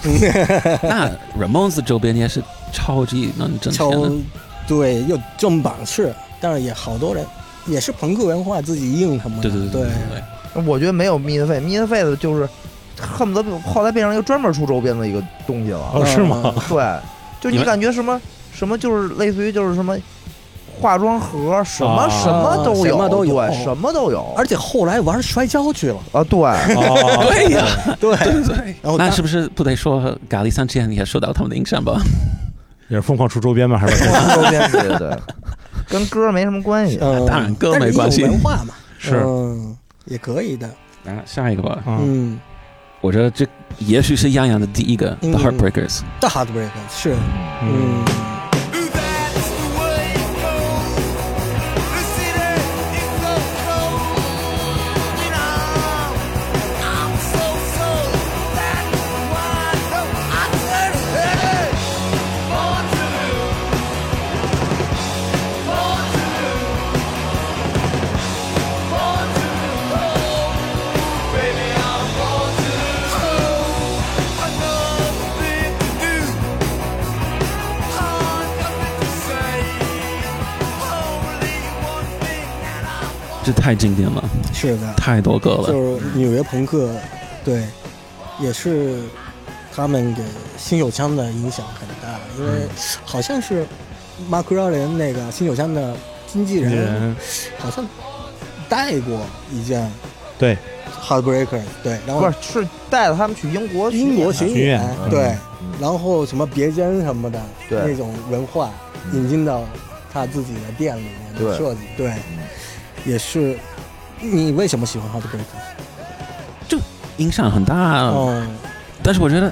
Speaker 5: 那 Ramones 的周边也是超级能挣钱
Speaker 4: 敲
Speaker 5: 的，，
Speaker 4: 对，又正版式，但是也好多人也是朋克文化自己硬他们的，
Speaker 5: 对对
Speaker 4: 对
Speaker 5: 对，
Speaker 2: 我觉得没有 m i n 费 m i n 费的就是恨不得后来变成一个专门出周边的一个东西了。
Speaker 3: 哦，是吗？
Speaker 4: 嗯
Speaker 2: 对，就
Speaker 5: 你
Speaker 2: 你
Speaker 5: 们
Speaker 2: 感觉什么什么就是类似于就是什么化妆盒，什么
Speaker 3: 啊
Speaker 2: 什么都
Speaker 4: 什
Speaker 2: 有，
Speaker 4: 么都有
Speaker 2: 对什么都有。
Speaker 4: 而且后来玩摔跤去了，
Speaker 2: 啊，对，
Speaker 3: 哦，
Speaker 5: 对呀，
Speaker 4: 对，
Speaker 5: 对对。
Speaker 4: 然后
Speaker 5: 那
Speaker 4: 当
Speaker 5: 是不是不得说咖喱三千也受到他们的影响 吧？
Speaker 3: 也是疯狂出周边吧，还是吧？
Speaker 2: 周边对对对，跟歌没什么关系。
Speaker 4: 嗯，
Speaker 5: 当然跟
Speaker 4: 但是
Speaker 5: 没关系
Speaker 4: 有文 化嘛，
Speaker 3: 是，
Speaker 4: 嗯，也可以的，
Speaker 5: 啊，下一个吧，
Speaker 3: 嗯，
Speaker 4: 嗯，
Speaker 5: 我觉得这也许是样样的第一个、
Speaker 4: 嗯
Speaker 5: The Heartbreakers，
Speaker 4: 大 heartbreak 是，
Speaker 3: 嗯
Speaker 4: 嗯，
Speaker 6: That's the way it goes. The city is so cold, and I'm, I'm so sold. That's why I know I said, hey, more to do, more to do, more to do. Oh, baby, I'm more to do. Oh, another thing to do. Oh, nothing to say. Only one thing that I want.
Speaker 5: 这太经典了，
Speaker 4: 是的，
Speaker 5: 太多个了。
Speaker 4: 就是纽约朋克，对，也是他们给新手枪的影响很大，因
Speaker 5: 嗯
Speaker 4: 为好像是马克·人那个新手枪的经纪
Speaker 3: 经纪
Speaker 4: 人
Speaker 3: 人，
Speaker 4: 好像带过一件
Speaker 3: 对
Speaker 4: Heartbreaker，对，然后
Speaker 2: 不是是带着他们去英国
Speaker 4: 英国巡
Speaker 3: 巡
Speaker 4: 演啊
Speaker 3: 演，
Speaker 4: 对
Speaker 2: 嗯，
Speaker 4: 然后什么别针什么的，
Speaker 2: 对嗯
Speaker 4: 那种文化引进到他自己的店里面
Speaker 2: 对嗯
Speaker 4: 的设计，对，也是。你为什么喜欢 Heartbreaker？
Speaker 5: 影响很大。啊
Speaker 4: 哦，
Speaker 2: 嗯
Speaker 5: 但是我觉得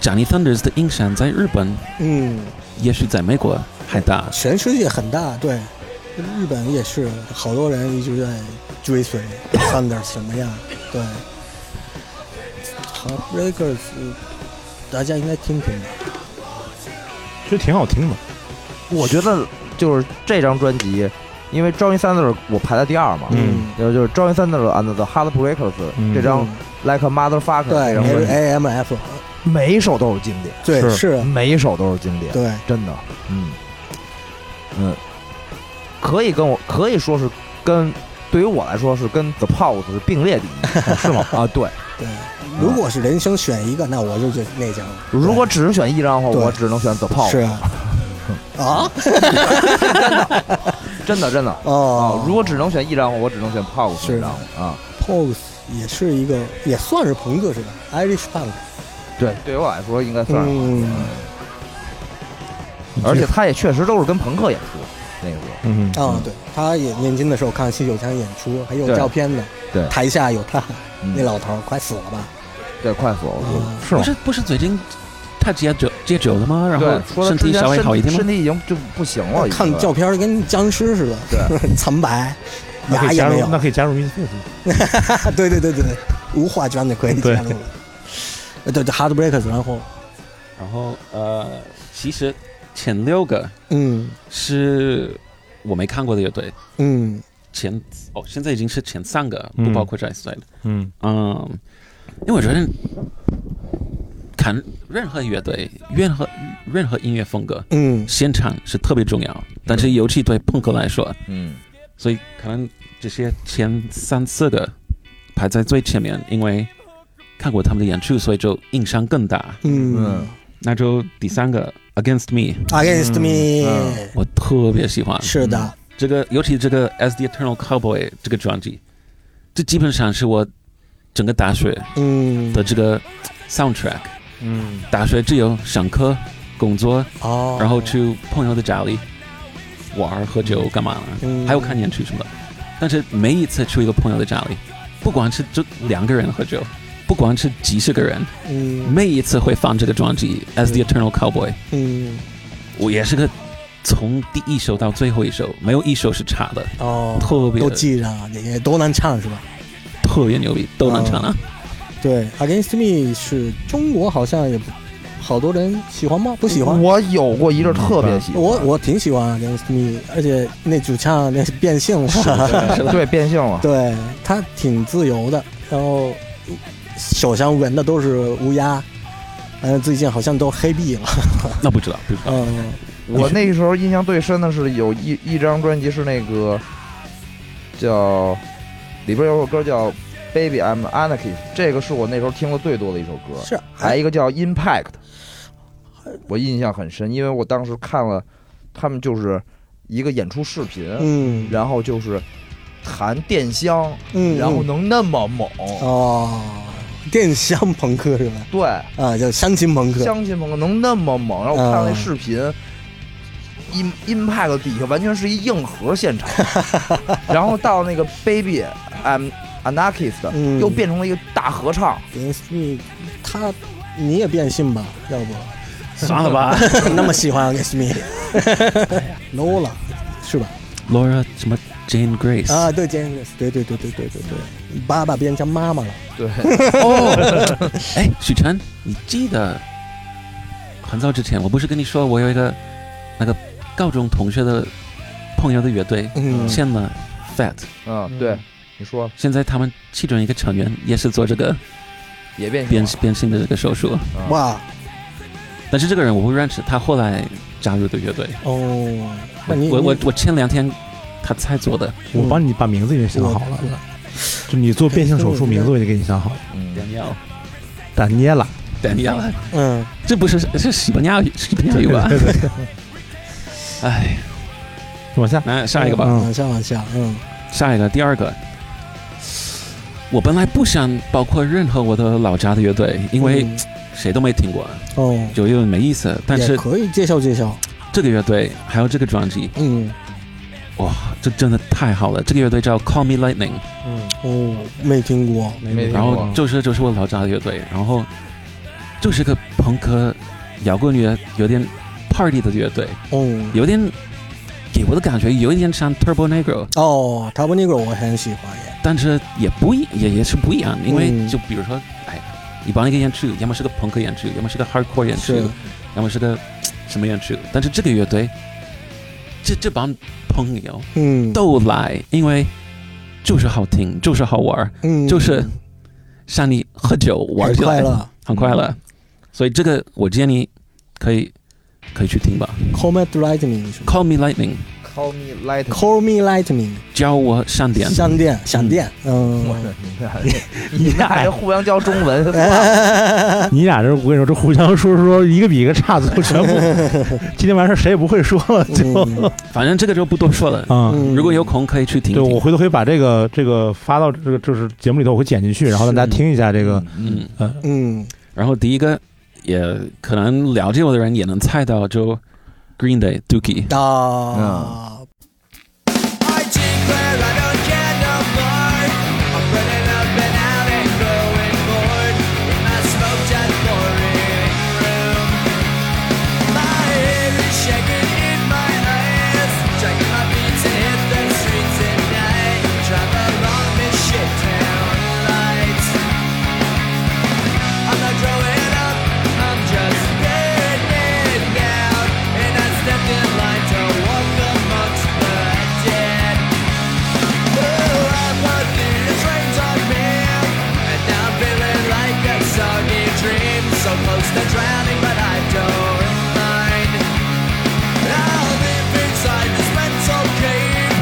Speaker 5: Johnny Thunders 的影响在日本，
Speaker 4: 嗯，
Speaker 5: 也许在美国还大。
Speaker 4: 全世界很大，对，日本也是，好多人一直在追随 Thunder 什么样，对。Heartbreakers，大家应该听听吧。
Speaker 3: 其实挺好听的。
Speaker 2: 我觉得就是这张专辑，因为 Johnny Thunder 我排在第二嘛，
Speaker 3: 嗯
Speaker 2: 然后就是 Johnny Thunder and the Heartbreakers
Speaker 3: 嗯
Speaker 2: 这张 Like a Motherfucker 这
Speaker 4: 对
Speaker 2: 张专辑，
Speaker 4: ，AMF，
Speaker 2: 每一首都是经典，
Speaker 4: 对
Speaker 3: 是嗯
Speaker 4: 是，啊
Speaker 2: 每一首都是经典，
Speaker 4: 对，
Speaker 2: 真的，嗯嗯，可以跟我可以说是跟对于我来说是跟 The Pulse 是并列第 一，是吗？啊，对，
Speaker 4: 对。如果是人生选一个，那我就选那张。
Speaker 2: 如果只是选一张的话，
Speaker 4: 对
Speaker 2: 我只能选 The
Speaker 4: 对
Speaker 2: Pulse，
Speaker 4: 是啊，
Speaker 3: 嗯
Speaker 4: 啊
Speaker 2: 真的真的啊
Speaker 4: 哦，，
Speaker 2: 如果只能选一张的话，我只能选 Pulse
Speaker 4: 是
Speaker 2: 一张啊。
Speaker 4: Pose 也是一个，也算是朋克是吧？Irish Punk，
Speaker 2: 对，对于我来说应该算是，
Speaker 4: 嗯
Speaker 2: 而且他也确实都是跟朋克演出那个时候。
Speaker 3: 嗯
Speaker 4: 啊，对，他也年轻的时候看西九强演出，还有
Speaker 2: 对
Speaker 4: 照片呢。
Speaker 2: 对
Speaker 4: 台下有他，
Speaker 2: 嗯
Speaker 4: 那老头儿快死了吧？
Speaker 2: 对，快死我了。
Speaker 4: 啊
Speaker 3: 是
Speaker 5: 不
Speaker 3: 吗？
Speaker 5: 是不是最近他戒酒戒酒了吗？然
Speaker 2: 对，
Speaker 5: 后
Speaker 2: 说
Speaker 5: 身
Speaker 2: 他之
Speaker 5: 体
Speaker 2: 前
Speaker 5: 稍微好一点吗
Speaker 2: 身？体已经就不行了。已经
Speaker 4: 看照片儿跟僵尸似的，对， 惨白，
Speaker 3: 那可
Speaker 4: 牙
Speaker 3: 以
Speaker 4: 也
Speaker 3: 加
Speaker 4: 没
Speaker 3: 入，
Speaker 4: 有
Speaker 3: 那。可以加入 Misfits。
Speaker 4: 对对对对对，无化妆就可以
Speaker 3: 对
Speaker 4: 加入了。呃对对，Heartbreakers，然后
Speaker 5: 然后呃，其实前六个
Speaker 4: 嗯
Speaker 5: 是我没看过的乐队，
Speaker 4: 嗯
Speaker 5: 前哦现在已经是前三个，
Speaker 3: 嗯
Speaker 5: 不包括 j a s t 了。
Speaker 3: 嗯
Speaker 5: 嗯，因为我觉得看任何乐队、任何任何音乐风格，
Speaker 4: 嗯
Speaker 5: 现场是特别重要，但是尤其对朋克来说，
Speaker 2: 嗯，
Speaker 5: 所以可能这些前三四个排在最前面，因为看过他们的演出，所以就印象更大。
Speaker 4: 嗯
Speaker 2: 嗯
Speaker 5: 那就第三个 Against Me，
Speaker 4: ，Against
Speaker 3: 嗯
Speaker 4: Me，
Speaker 5: 我特别喜欢
Speaker 4: 是的，
Speaker 5: 这个，尤其这个 As the Eternal Cowboy 这个专辑，这基本上是我整个大学
Speaker 4: 嗯
Speaker 5: 的这个 soundtrack。
Speaker 3: 嗯，
Speaker 5: 大学只有上课、工作，
Speaker 4: 哦，
Speaker 5: 然后去朋友的家里玩儿、喝酒、干嘛呢？
Speaker 4: 嗯
Speaker 5: 还有看演出什么的。但是每一次去一个朋友的家里，不管是就两个人喝酒，不管是几十个人，
Speaker 4: 嗯
Speaker 5: 每一次会放这个专辑《As the Eternal Cowboy》。
Speaker 4: 嗯
Speaker 5: 我也是个从第一首到最后一首，没有一首是差的，
Speaker 4: 哦，
Speaker 5: 特别
Speaker 4: 都记着啊，也也都能唱是吧？
Speaker 5: 特别牛逼，都能唱啊！
Speaker 4: 对，Against Me 是中国好像也不好多人喜欢吗？不喜欢。
Speaker 2: 我有过一阵儿特别喜欢，
Speaker 4: 我我挺喜欢 Against Me，而且那主唱那是变性 了，
Speaker 2: 对对变性了。
Speaker 4: 哦 对他挺自由的，然后手上纹的都是乌鸦，嗯，最近好像都黑币了，
Speaker 5: 那不知道，不知道。
Speaker 4: 嗯
Speaker 2: 我那时候印象最深的是有一一张专辑是那个叫里边有首歌叫《Baby I'm Anarchist》，这个是我那时候听的最多的一首歌。
Speaker 4: 是
Speaker 2: 还有一个叫 Impact，我印象很深，因为我当时看了他们就是一个演出视频，
Speaker 4: 嗯
Speaker 2: 然后就是弹电箱，
Speaker 4: 嗯，
Speaker 2: 然后能那么猛，
Speaker 4: 哦，电箱朋克是吧？
Speaker 2: 对，
Speaker 4: 啊，叫乡亲 朋克，
Speaker 2: 相亲朋友能那么猛，然后我看了那视频。音音派的底下完全是一硬核现场，然后到那个 Baby I'm Anarchist，、
Speaker 4: 嗯
Speaker 2: 又变成了一个大合唱，
Speaker 4: Against Me，他你也变性吧？要不
Speaker 5: 算了吧
Speaker 4: 那么喜欢 Against Me，low 了是吧？
Speaker 5: ，Laura 什么 Jane Grace
Speaker 4: 啊，对 j a n 对对对对对对对，爸爸变成妈妈了，
Speaker 2: 对，
Speaker 5: 哦，哎，许晨，你记得很早之前，我不是跟你说我有一个那个高中同学的朋友的乐队
Speaker 4: 嗯
Speaker 5: 签了 Fat，
Speaker 2: 嗯，对，你说
Speaker 5: 现在他们其中一个成员也是做这个
Speaker 4: 嗯
Speaker 2: 也变
Speaker 5: 变
Speaker 2: 性
Speaker 5: 变性的这个手术，
Speaker 2: 了，嗯
Speaker 4: 哇
Speaker 5: 但是这个人我不认识，他后来加入的乐队。
Speaker 4: 哦，那你
Speaker 5: 我我
Speaker 4: 你
Speaker 5: 我前两天他才做的，
Speaker 3: 我帮你把名字已经想好了，
Speaker 4: 我
Speaker 3: 就你做变性手术名字我已经给你想好了，
Speaker 2: 嗯
Speaker 5: 耀，
Speaker 3: 丹捏拉，
Speaker 5: 等一下，
Speaker 4: 嗯，
Speaker 5: 这不是是西班牙语，西班牙语 吧？
Speaker 3: 对对对，
Speaker 5: 哎，
Speaker 3: 往下，
Speaker 5: 来下一个吧。
Speaker 4: 嗯往下往下，嗯
Speaker 5: 下一个，第二个，我本来不想包括任何我的老家的乐队，因为
Speaker 4: 嗯
Speaker 5: 谁都没听过，
Speaker 4: 哦，
Speaker 5: 就有点没意思。但
Speaker 4: 也
Speaker 5: 是
Speaker 4: 可以介绍介绍，
Speaker 5: 这个乐队还有这个专辑，
Speaker 4: 嗯
Speaker 5: 哇，这真的太好了！这个乐队叫 Call Me Lightning，
Speaker 3: 嗯，
Speaker 4: 哦，没听过，
Speaker 2: 没
Speaker 5: 然后就是就是我老家的乐队，然后就是个朋克摇滚乐，有点 party 的乐队，
Speaker 4: 哦
Speaker 5: 有点给我的感觉有一点像 Turbo Negro，
Speaker 4: 哦，塔布尼格我很喜欢耶，
Speaker 5: 但是也不一也也是不一样，因为
Speaker 4: 嗯
Speaker 5: 就比如说，哎，你办一个演出，要么是个朋克演出，要么是个 hardcore 演出
Speaker 4: 是，
Speaker 5: 要么是个什么演出，但是这个乐队，这这帮朋友
Speaker 4: 嗯，
Speaker 5: 都来，因为就是好听，就是好玩儿，
Speaker 4: 嗯
Speaker 5: 就是像你喝酒玩
Speaker 4: 很
Speaker 5: 起
Speaker 4: 快，
Speaker 5: 来
Speaker 4: 乐
Speaker 5: 很快乐。所以这个我建议你可以可以去听吧。
Speaker 4: ，Comet Lightning 是吗
Speaker 5: Call me lightning，
Speaker 2: Call me light，
Speaker 4: Call Me Lightning，
Speaker 5: 教我闪电。
Speaker 4: 闪电闪电，嗯
Speaker 2: 我， 的你俩，你俩这哎互相教中文，
Speaker 3: 你俩这我跟你说，这互相说说一个比一个差，最后全部今天晚上谁也不会说了，就
Speaker 4: 嗯
Speaker 5: 反正这个就不多说了。
Speaker 3: 啊。
Speaker 4: 嗯
Speaker 5: 如果有空可以去听
Speaker 3: 对，我
Speaker 5: 听。
Speaker 3: 回头可以把这个这个发到这个就是节目里头，我会剪进去，然后让大家听一下这个。
Speaker 5: 嗯。
Speaker 3: 呃，
Speaker 4: 嗯
Speaker 5: 然后第一个也可能了解我的人也能猜到，就 Green Day Dookie。
Speaker 4: 啊，
Speaker 5: 嗯
Speaker 6: I declare I don't care no more. I'm burning up and out and growing bored in my smoked and boring room. My head is shaking in my eyes, dragging my feet to hit the streets at night. Drive along this shit town lights. I'm not growing up, I'm just burning out. And I stepped in line to walk amongst the dead. Oh, I thought this rain's on me. And now I'm feeling like a soggy dream. So close to drowning, but I don't mind. I'll live inside this mental cave.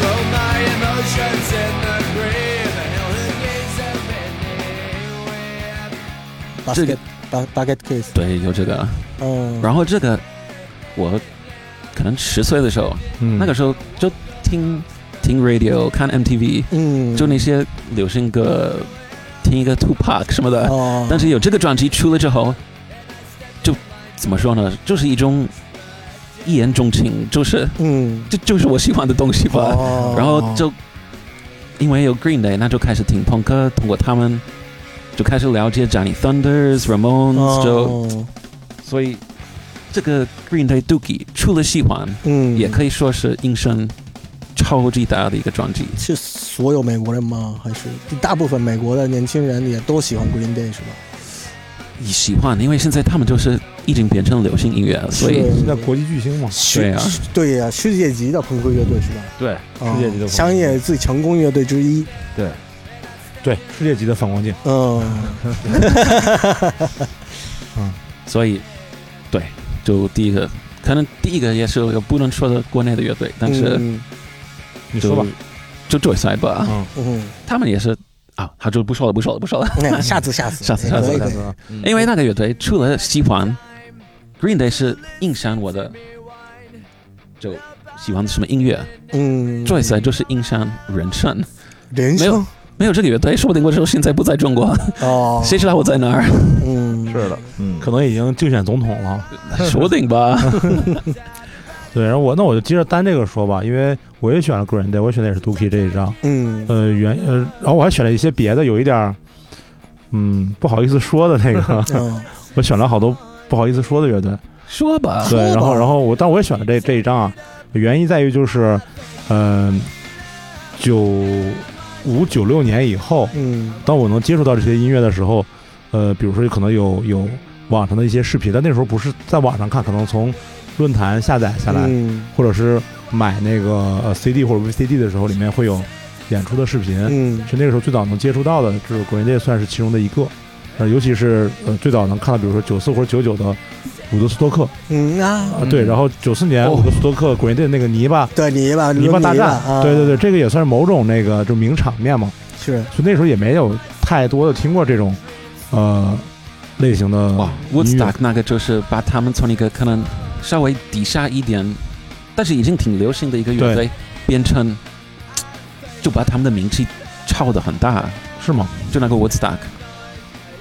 Speaker 6: Throw my emotions in the grave. And hell, who gives a anywhere?
Speaker 4: 巴
Speaker 5: 这
Speaker 4: 斯
Speaker 5: 个
Speaker 4: 克巴巴 get case，
Speaker 5: 对，有这个。
Speaker 4: 嗯，
Speaker 5: 然后这个我可能十岁的时候，
Speaker 3: 嗯，
Speaker 5: 那个时候就听听 radio，看 MTV，
Speaker 4: 嗯，
Speaker 5: 就那些流行歌，听一个 Tupac 什么的。
Speaker 4: 哦，
Speaker 5: 但是有这个专辑出了之后，就怎么说呢？就是一种一言钟情，就是
Speaker 4: 嗯，
Speaker 5: 这就是我喜欢的东西吧。
Speaker 4: 哦
Speaker 5: 然后就因为有 Green Day，那就开始听朋克，通过他们就开始了解 Johnny Thunders、Ramones，就
Speaker 4: 哦
Speaker 5: 所以这个 Green Day Dookie 除了喜欢，
Speaker 4: 嗯
Speaker 5: 也可以说是应声超级大的一个专辑。
Speaker 4: 是所有美国人吗？还是大部分美国的年轻人也都喜欢 Green Day 是吧？
Speaker 5: 你喜欢，因为现在他们就是已经变成流行音乐了，所以
Speaker 4: 是
Speaker 3: 现在国际巨星嘛，
Speaker 4: 世
Speaker 5: 对啊
Speaker 4: 世对呀、世界级的朋克乐队是吧？
Speaker 2: 对，
Speaker 4: 啊
Speaker 2: 世界级的朋克乐队
Speaker 4: 商业最成功乐队之一。
Speaker 3: 对，世界级的反光镜。
Speaker 4: 嗯，
Speaker 5: 所以对，就第一个，可能第一个也是我不能说的国内的乐队，但是
Speaker 4: 嗯
Speaker 3: 你
Speaker 5: 就
Speaker 3: 说吧，
Speaker 5: 就 Joyce 吧，
Speaker 3: 嗯，
Speaker 4: 嗯，
Speaker 5: 他们也是啊，他就不说了，不说了，不说了。
Speaker 4: 那下次下次
Speaker 5: 下次
Speaker 4: 也
Speaker 5: 下次
Speaker 4: 可以
Speaker 5: 下
Speaker 4: 可以
Speaker 3: 次
Speaker 2: 嗯
Speaker 5: 因为那个乐队除了喜欢，Green Day 是影响我的，就喜欢什么音乐、
Speaker 4: 嗯
Speaker 5: j o y c e 就是影响人生。
Speaker 4: 人
Speaker 5: 没有
Speaker 4: 生
Speaker 5: 没有这个乐队，说不定我之后现在不在中国，
Speaker 4: 哦，
Speaker 5: 谁知道我 在哪儿？
Speaker 4: 嗯
Speaker 2: 是的，嗯，
Speaker 3: 可能已经竞选总统了。
Speaker 5: 说不定吧。
Speaker 3: 对，然后我那我就接着单这个说吧，因为我也选了 Green Day，我选的也是 Dookie 这一张。
Speaker 4: 嗯
Speaker 3: 呃，原呃，然后我还选了一些别的，有一点儿，嗯，不好意思说的那 个，
Speaker 4: 嗯
Speaker 3: 我选了好多不好意思说的乐队。
Speaker 5: 说吧，
Speaker 3: 对，然后
Speaker 4: 吧
Speaker 3: 然后我，但我也选了这这一张啊，原因在于就是，嗯、九五九六年以后，
Speaker 4: 嗯
Speaker 3: 当我能接触到这些音乐的时候，呃，比如说可能有有网上的一些视频，但那时候不是在网上看，可能从论坛下载下来，
Speaker 4: 嗯
Speaker 3: 或者是买那个呃 CD 或者 VCD 的时候，里面会有演出的视频，
Speaker 4: 嗯
Speaker 3: 是那个时候最早能接触到的，就是 Green Day 算是其中的一个。呃，尤其是呃最早能看到，比如说九四或者九九的伍德斯托克，
Speaker 4: 嗯啊，
Speaker 3: 啊，对，
Speaker 2: 嗯
Speaker 3: 然后九四年
Speaker 5: 哦啊
Speaker 3: 伍德斯托克滚队那个泥巴
Speaker 4: 对泥巴
Speaker 3: 泥巴大战，
Speaker 4: 啊，
Speaker 3: 对对对，这个也算是某种那个就名场面嘛，
Speaker 4: 是
Speaker 3: 所以那时候也没有太多的听过这种呃类型的
Speaker 5: 哇
Speaker 3: 音乐
Speaker 5: ，Woodstock 那个就是把他们从一个可能稍微底下一点，但是已经挺流行的一个乐队，变成就把他们的名气炒得很大，
Speaker 3: 是吗？
Speaker 5: 就那个 Woodstock，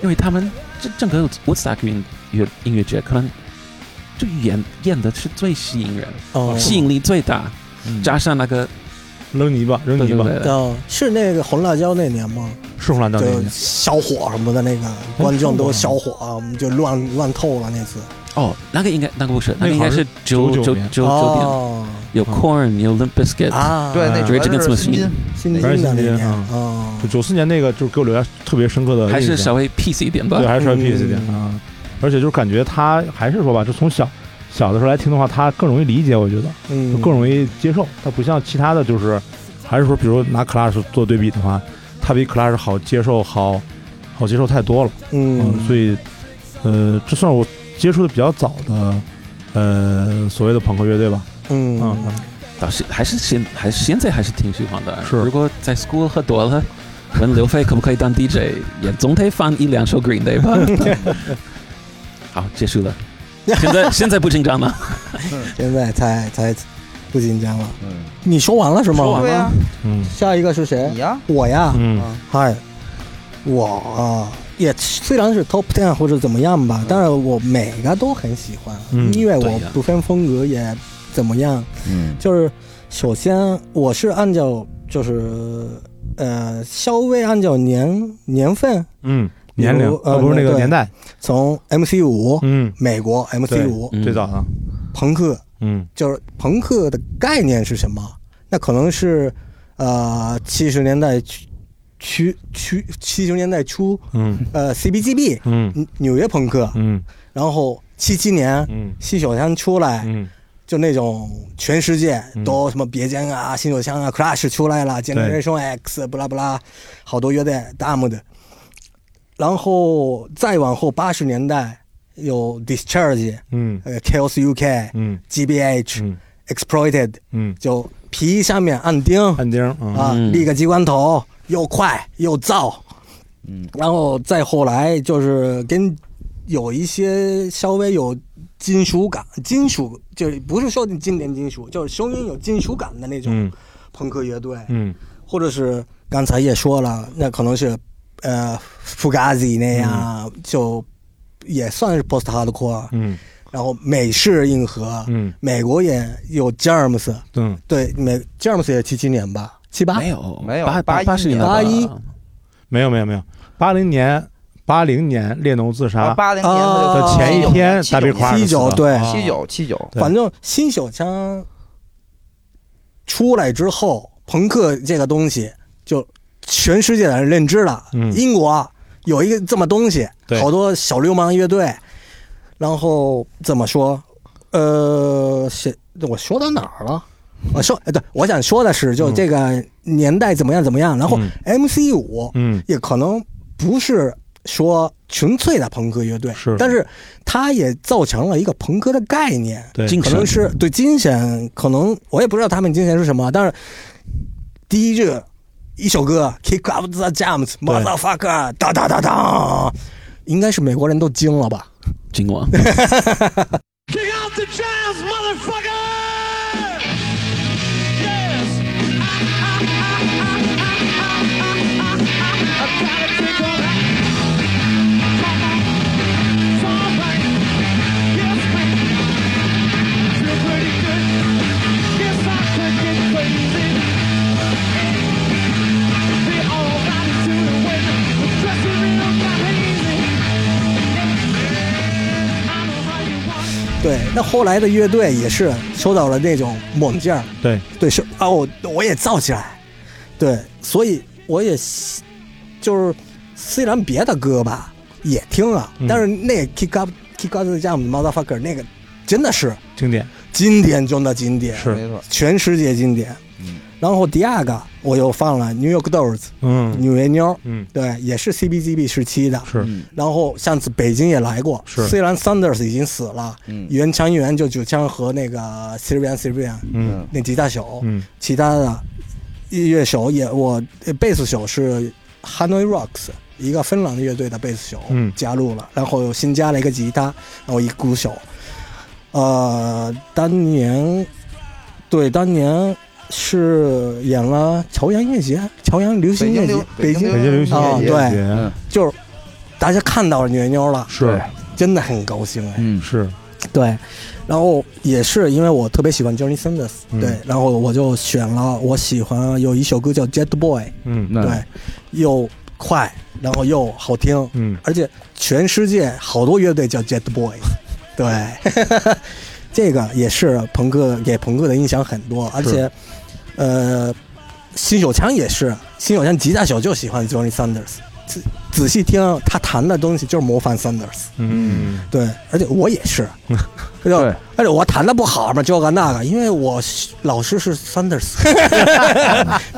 Speaker 5: 因为他们这整个 Woodstock 音乐音乐节可能就演演的是最吸引人，
Speaker 4: 哦，
Speaker 5: 吸引力最大，
Speaker 3: 嗯
Speaker 5: 加上那个
Speaker 3: 扔泥巴，扔
Speaker 5: 对
Speaker 3: 泥
Speaker 5: 对
Speaker 3: 巴，
Speaker 5: 对，
Speaker 4: 哦，是那个红辣椒那年吗？
Speaker 3: 是红蓝灯那
Speaker 4: 就
Speaker 3: 年，
Speaker 4: 小火什么的那个，观众都小火，我们就乱乱透了那次。
Speaker 5: 哦，那个应该那个不是，那个应
Speaker 3: 那个好
Speaker 5: 该
Speaker 3: 像
Speaker 5: 是九
Speaker 3: 99
Speaker 5: 九九
Speaker 3: 年
Speaker 5: 九点，
Speaker 4: 哦
Speaker 5: 有 Corn 有 Limp Bizkit，
Speaker 4: 啊，
Speaker 2: 对，那
Speaker 3: 啊
Speaker 2: 主要
Speaker 5: Rage
Speaker 2: 是
Speaker 5: Against
Speaker 2: 新
Speaker 5: Machine
Speaker 2: 金
Speaker 4: 新金
Speaker 3: 还是
Speaker 4: 的
Speaker 3: 新
Speaker 4: 那
Speaker 3: 金
Speaker 4: 年
Speaker 3: 啊
Speaker 4: 哦
Speaker 3: 就九四年那个就是给我留下特别深刻的印象，
Speaker 5: 还是稍微 peace 一点吧
Speaker 3: 对，。还是稍微 peace 一点
Speaker 4: 嗯
Speaker 3: 啊。而且就是感觉他还是说吧，就从小小的时候来听的话，他更容易理解，我觉得
Speaker 4: 嗯
Speaker 3: 就，更容易接受。他不像其他的就是，还是说，比如拿 Clash 做对比的话，他比 Clash 好接受，好好接受太多了。啊
Speaker 4: 嗯，
Speaker 3: 所以呃，这算是我接触的比较早的呃所谓的朋克乐队吧。
Speaker 4: 嗯
Speaker 3: 啊
Speaker 5: 倒是还是现还是现在还是挺喜欢的。
Speaker 3: 是
Speaker 5: 如果在 school 喝多了，问刘飞可不可以当 DJ，也总得放一两首 Green Day 吧。好，结束了。现在现在不紧张了，
Speaker 4: 现在才才不紧张了。
Speaker 2: 嗯，
Speaker 4: 你说完了是吗？
Speaker 5: 说完
Speaker 2: 对呀，
Speaker 3: 嗯
Speaker 4: 下一个是谁
Speaker 2: 你？呀，
Speaker 4: 我呀，
Speaker 3: 嗯
Speaker 2: 啊
Speaker 4: 嗨，我啊也虽然是 top ten 或者怎么样吧，但是我每个都很喜欢，
Speaker 3: 嗯
Speaker 4: 音乐我
Speaker 5: 对呀
Speaker 4: 不分风格也怎么样，
Speaker 2: 嗯
Speaker 4: 就是首先我是按照就是呃稍微按照年年份
Speaker 3: 嗯，年龄
Speaker 4: 有呃
Speaker 3: 呃不是那个
Speaker 4: 对
Speaker 3: 年代，
Speaker 4: 从 MC 五、
Speaker 3: 嗯，
Speaker 4: 美国 MC 五
Speaker 5: 嗯
Speaker 3: 最早的，
Speaker 4: 朋克
Speaker 3: 嗯
Speaker 4: 就是朋克的概念是什么？那可能是呃七十年代区区区七十年代初
Speaker 3: 嗯
Speaker 4: 呃 CBGB
Speaker 3: 嗯
Speaker 4: 纽纽约朋克，
Speaker 3: 嗯
Speaker 4: 然后七七年
Speaker 3: 嗯
Speaker 4: 新手枪出来，
Speaker 3: 嗯，
Speaker 4: 就那种全世界
Speaker 3: 嗯
Speaker 4: 都什么别间啊、新手枪啊、Crash 出来了，Generation X 不拉不拉，好多乐队 Dam 的。然后再往后八十年代有 Discharge、
Speaker 3: 嗯
Speaker 4: 呃 Chaos UK、
Speaker 3: 嗯
Speaker 4: GBH、
Speaker 3: 嗯
Speaker 4: Exploited，
Speaker 3: 嗯，
Speaker 4: 就皮下面按钉
Speaker 3: 按钉儿啊，
Speaker 4: 啊，
Speaker 5: 嗯
Speaker 4: 立个机关头，又快又燥。
Speaker 2: 嗯，
Speaker 4: 然后再后来就是跟有一些稍微有金属感，金属就是不是说经典金属，就是声音有金属感的那种
Speaker 3: 嗯
Speaker 4: 朋克乐队，
Speaker 3: 嗯
Speaker 4: 或者是刚才也说了，那可能是呃 Fugazi 那样，就也算是 post hardcore，、
Speaker 3: 嗯
Speaker 4: 然后美式硬核，
Speaker 3: 嗯
Speaker 4: 美国也有 James，
Speaker 3: 嗯，
Speaker 4: 对，美 James 也七七年吧，七八
Speaker 5: 没有
Speaker 2: 没有
Speaker 5: 八
Speaker 2: 八
Speaker 5: 八
Speaker 2: 一
Speaker 5: 八十年代吧
Speaker 4: 八一
Speaker 3: 没有没有没有，八零年八零年列侬自杀
Speaker 2: 八零年
Speaker 4: 啊
Speaker 2: 的
Speaker 3: 的前一天，大壁
Speaker 2: 块
Speaker 3: 块
Speaker 4: 七九对
Speaker 3: 啊
Speaker 2: 七九七九，
Speaker 3: 对
Speaker 4: 反正新手枪出来之后，朋克这个东西就全世界的人认知了。
Speaker 3: 嗯
Speaker 4: 英国啊有一个这么东西
Speaker 3: 对，
Speaker 4: 好多小流氓乐队。然后怎么说？呃，是我说到哪儿了？我说，哎，对，我想说的是，就
Speaker 3: 嗯
Speaker 4: 这个年代怎么样怎么样。然后
Speaker 3: 嗯
Speaker 4: MC 五
Speaker 3: 嗯
Speaker 4: 也可能不是说纯粹的朋克乐队，
Speaker 3: 是
Speaker 4: 但是它也造成了一个朋克的概念。
Speaker 3: 对
Speaker 5: 精
Speaker 4: 可
Speaker 5: 神
Speaker 4: 能是对精神，可能我也不知道他们精神是什么，但是第一这一首歌《Kick Up the Jams》，motherfucker，哒哒哒哒，应该是美国人都惊了吧？
Speaker 5: 金王，
Speaker 1: Kick out the jams, motherfucker! Yes! I gotta take all that. It's all right. Yes, man. Feel pretty good. Yes, I could get crazy. They all got into the way. The dressing room got hazy. I'm a right one.
Speaker 4: 对，那后来的乐队也是受到了那种猛劲儿，
Speaker 3: 对，
Speaker 4: 对，是啊，我我也造起来，对，所以我也希就是虽然别的歌吧也听啊，
Speaker 3: 嗯
Speaker 4: 但是那个 Kick Up Kick Up the Jam Motherfucker 那个真的是
Speaker 3: 经典
Speaker 4: 经典中的经典，
Speaker 3: 是
Speaker 2: 没错，
Speaker 4: 全世界经典。
Speaker 2: 嗯
Speaker 4: 然后第二个我又放了 New York Dolls
Speaker 3: 嗯
Speaker 4: 纽约妞儿，
Speaker 3: 嗯
Speaker 4: 对，也是 CBGB 时期的。
Speaker 3: 是
Speaker 2: 嗯
Speaker 4: 然后上次北京也来过，
Speaker 3: 是
Speaker 4: 虽然 Sanders 已经死了，
Speaker 2: 嗯
Speaker 4: 原成员就九枪和那个 Sylvian Sylvian
Speaker 3: 嗯
Speaker 4: 那吉他手，
Speaker 3: 嗯
Speaker 4: 其他的乐手也我呃贝斯手是 Hanoi Rocks，一个芬兰的乐队的贝斯手
Speaker 3: 嗯
Speaker 4: 加入了，然后又新加了一个吉他，然后一鼓手。呃，当年，对，当年是演了朝阳音乐节、朝阳流行音乐节、
Speaker 2: 北
Speaker 4: 北
Speaker 2: 京流
Speaker 4: 京
Speaker 3: 北京流行
Speaker 4: 啊
Speaker 3: 音
Speaker 4: 对
Speaker 3: 乐节
Speaker 2: 嗯
Speaker 4: 就是大家看到牛妞了，
Speaker 3: 是
Speaker 2: 对
Speaker 4: 真的很高兴哎。
Speaker 2: 嗯
Speaker 3: 是，
Speaker 4: 对，然后也是因为我特别喜欢 Johnny Sanders，
Speaker 3: 嗯
Speaker 4: 对，然后我就选了我喜欢有一首歌叫 Jet Boy，
Speaker 3: 嗯
Speaker 2: 那
Speaker 4: 对，又快，然后又好听，
Speaker 3: 嗯
Speaker 4: 而且全世界好多乐队叫 Jet Boy，对， 这个也是朋克给朋克的影响很多，而且，呃，新手枪也是，新手枪吉他手就喜欢 Johnny Sanders，仔仔细听他弹的东西就是模仿 Sanders，
Speaker 3: 嗯
Speaker 4: 对，而且我也是，对
Speaker 2: 对
Speaker 4: 而且我弹的不好嘛，这个那个，因为我老师是 Sanders，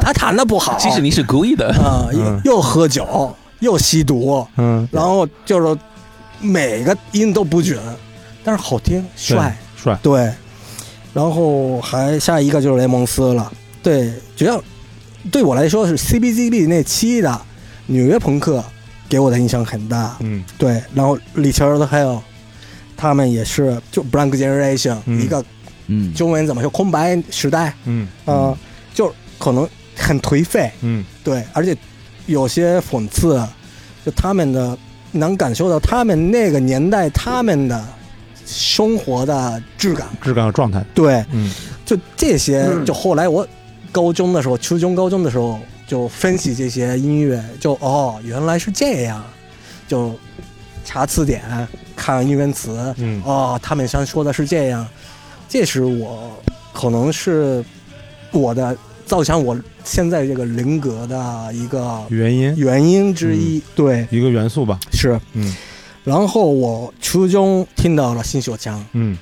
Speaker 4: 他弹的不好，
Speaker 5: 其实你是故意的，
Speaker 4: 啊、
Speaker 3: 嗯
Speaker 4: 又又喝酒又吸毒，
Speaker 3: 嗯，
Speaker 4: 然后就是每个音都不准，但是好听帅，
Speaker 3: 帅，
Speaker 4: 对。然后还下一个就是雷蒙斯了，对，主要对我来说是 CBGB 那期的纽约朋克给我的印象很大，
Speaker 3: 嗯
Speaker 4: 对。然后理查德还有他们也是就 Blank Generation、
Speaker 3: 嗯
Speaker 4: 一个
Speaker 2: 嗯
Speaker 4: 中文怎么说空白时代啊、
Speaker 3: 嗯
Speaker 4: 呃就可能很颓废，
Speaker 3: 嗯
Speaker 4: 对，而且有些讽刺，就他们的能感受到他们那个年代他们的生活的质感。
Speaker 3: 质感和状态，
Speaker 4: 对，
Speaker 3: 嗯
Speaker 4: 就这些，就后来我高中的时候，初中、高中的时候就分析这些音乐，就哦，原来是这样，就查词典，看英文词，
Speaker 3: 嗯
Speaker 4: 哦，他们想说的是这样，这是我可能是我的造成我现在这个人格的一个
Speaker 3: 原因
Speaker 4: 原因之一。对，
Speaker 3: 一个元素吧，
Speaker 4: 是。
Speaker 3: 嗯
Speaker 4: 然后我初中听到了新手枪，
Speaker 3: 嗯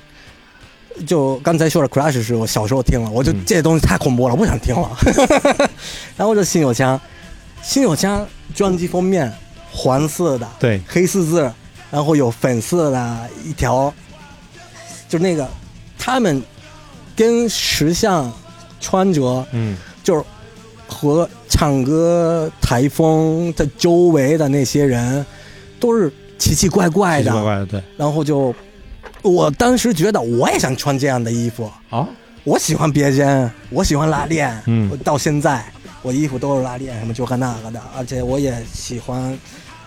Speaker 4: 就刚才说了 Crash 是我小时候听了，我就
Speaker 3: 嗯
Speaker 4: 这东西太恐怖了，我不想听了。 然后就新手枪，新手枪专辑封面黄色的，
Speaker 3: 对，
Speaker 4: 黑四字，然后有粉色的一条，就是那个他们跟时尚穿着
Speaker 3: 嗯
Speaker 4: 就是和唱歌台风的周围的那些人都是奇奇怪怪
Speaker 3: 奇
Speaker 4: 的，
Speaker 3: 奇怪怪的，对，
Speaker 4: 然后就我当时觉得我也想穿这样的衣服，
Speaker 3: 啊
Speaker 4: 我喜欢别针，我喜欢拉链，
Speaker 3: 嗯
Speaker 4: 我到现在我衣服都是拉链，什么这个那个的，而且我也喜欢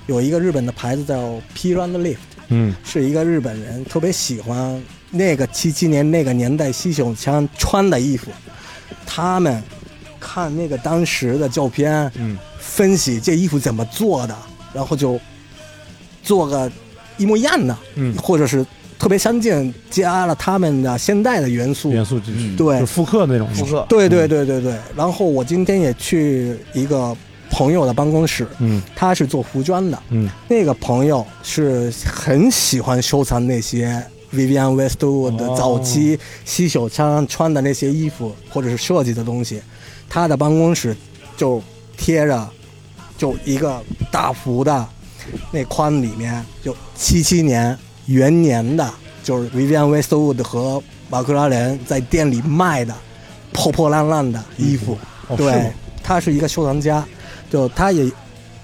Speaker 4: 有一个日本的牌子叫 P Run Lift，
Speaker 3: 嗯
Speaker 4: 是一个日本人特别喜欢那个七七年那个年代西手枪穿的衣服，他们看那个当时的照片，
Speaker 3: 嗯
Speaker 4: 分析这衣服怎么做的，然后就做个一模一样的，
Speaker 3: 嗯，
Speaker 4: 或者是特别相近，加了他们的现代的元素。
Speaker 3: 元素就是
Speaker 2: 嗯
Speaker 4: 对
Speaker 3: 就复刻那种
Speaker 2: 复，刻
Speaker 4: 对对对对对。然后我今天也去一个朋友的办公室，
Speaker 3: 嗯
Speaker 4: 他是做服装的，
Speaker 3: 嗯
Speaker 4: 那个朋友是很喜欢收藏那些 Vivian Westwood 的
Speaker 3: 哦
Speaker 4: 早期西手枪穿的那些衣服或者是设计的东西，他的办公室就贴着就一个大幅的那框里面就七七年元年的，就是 Vivian Westwood 和马克拉人在店里卖的破破烂烂的衣服。
Speaker 3: 哦是
Speaker 4: 对
Speaker 3: 吗，
Speaker 4: 他是一个收藏家，就他也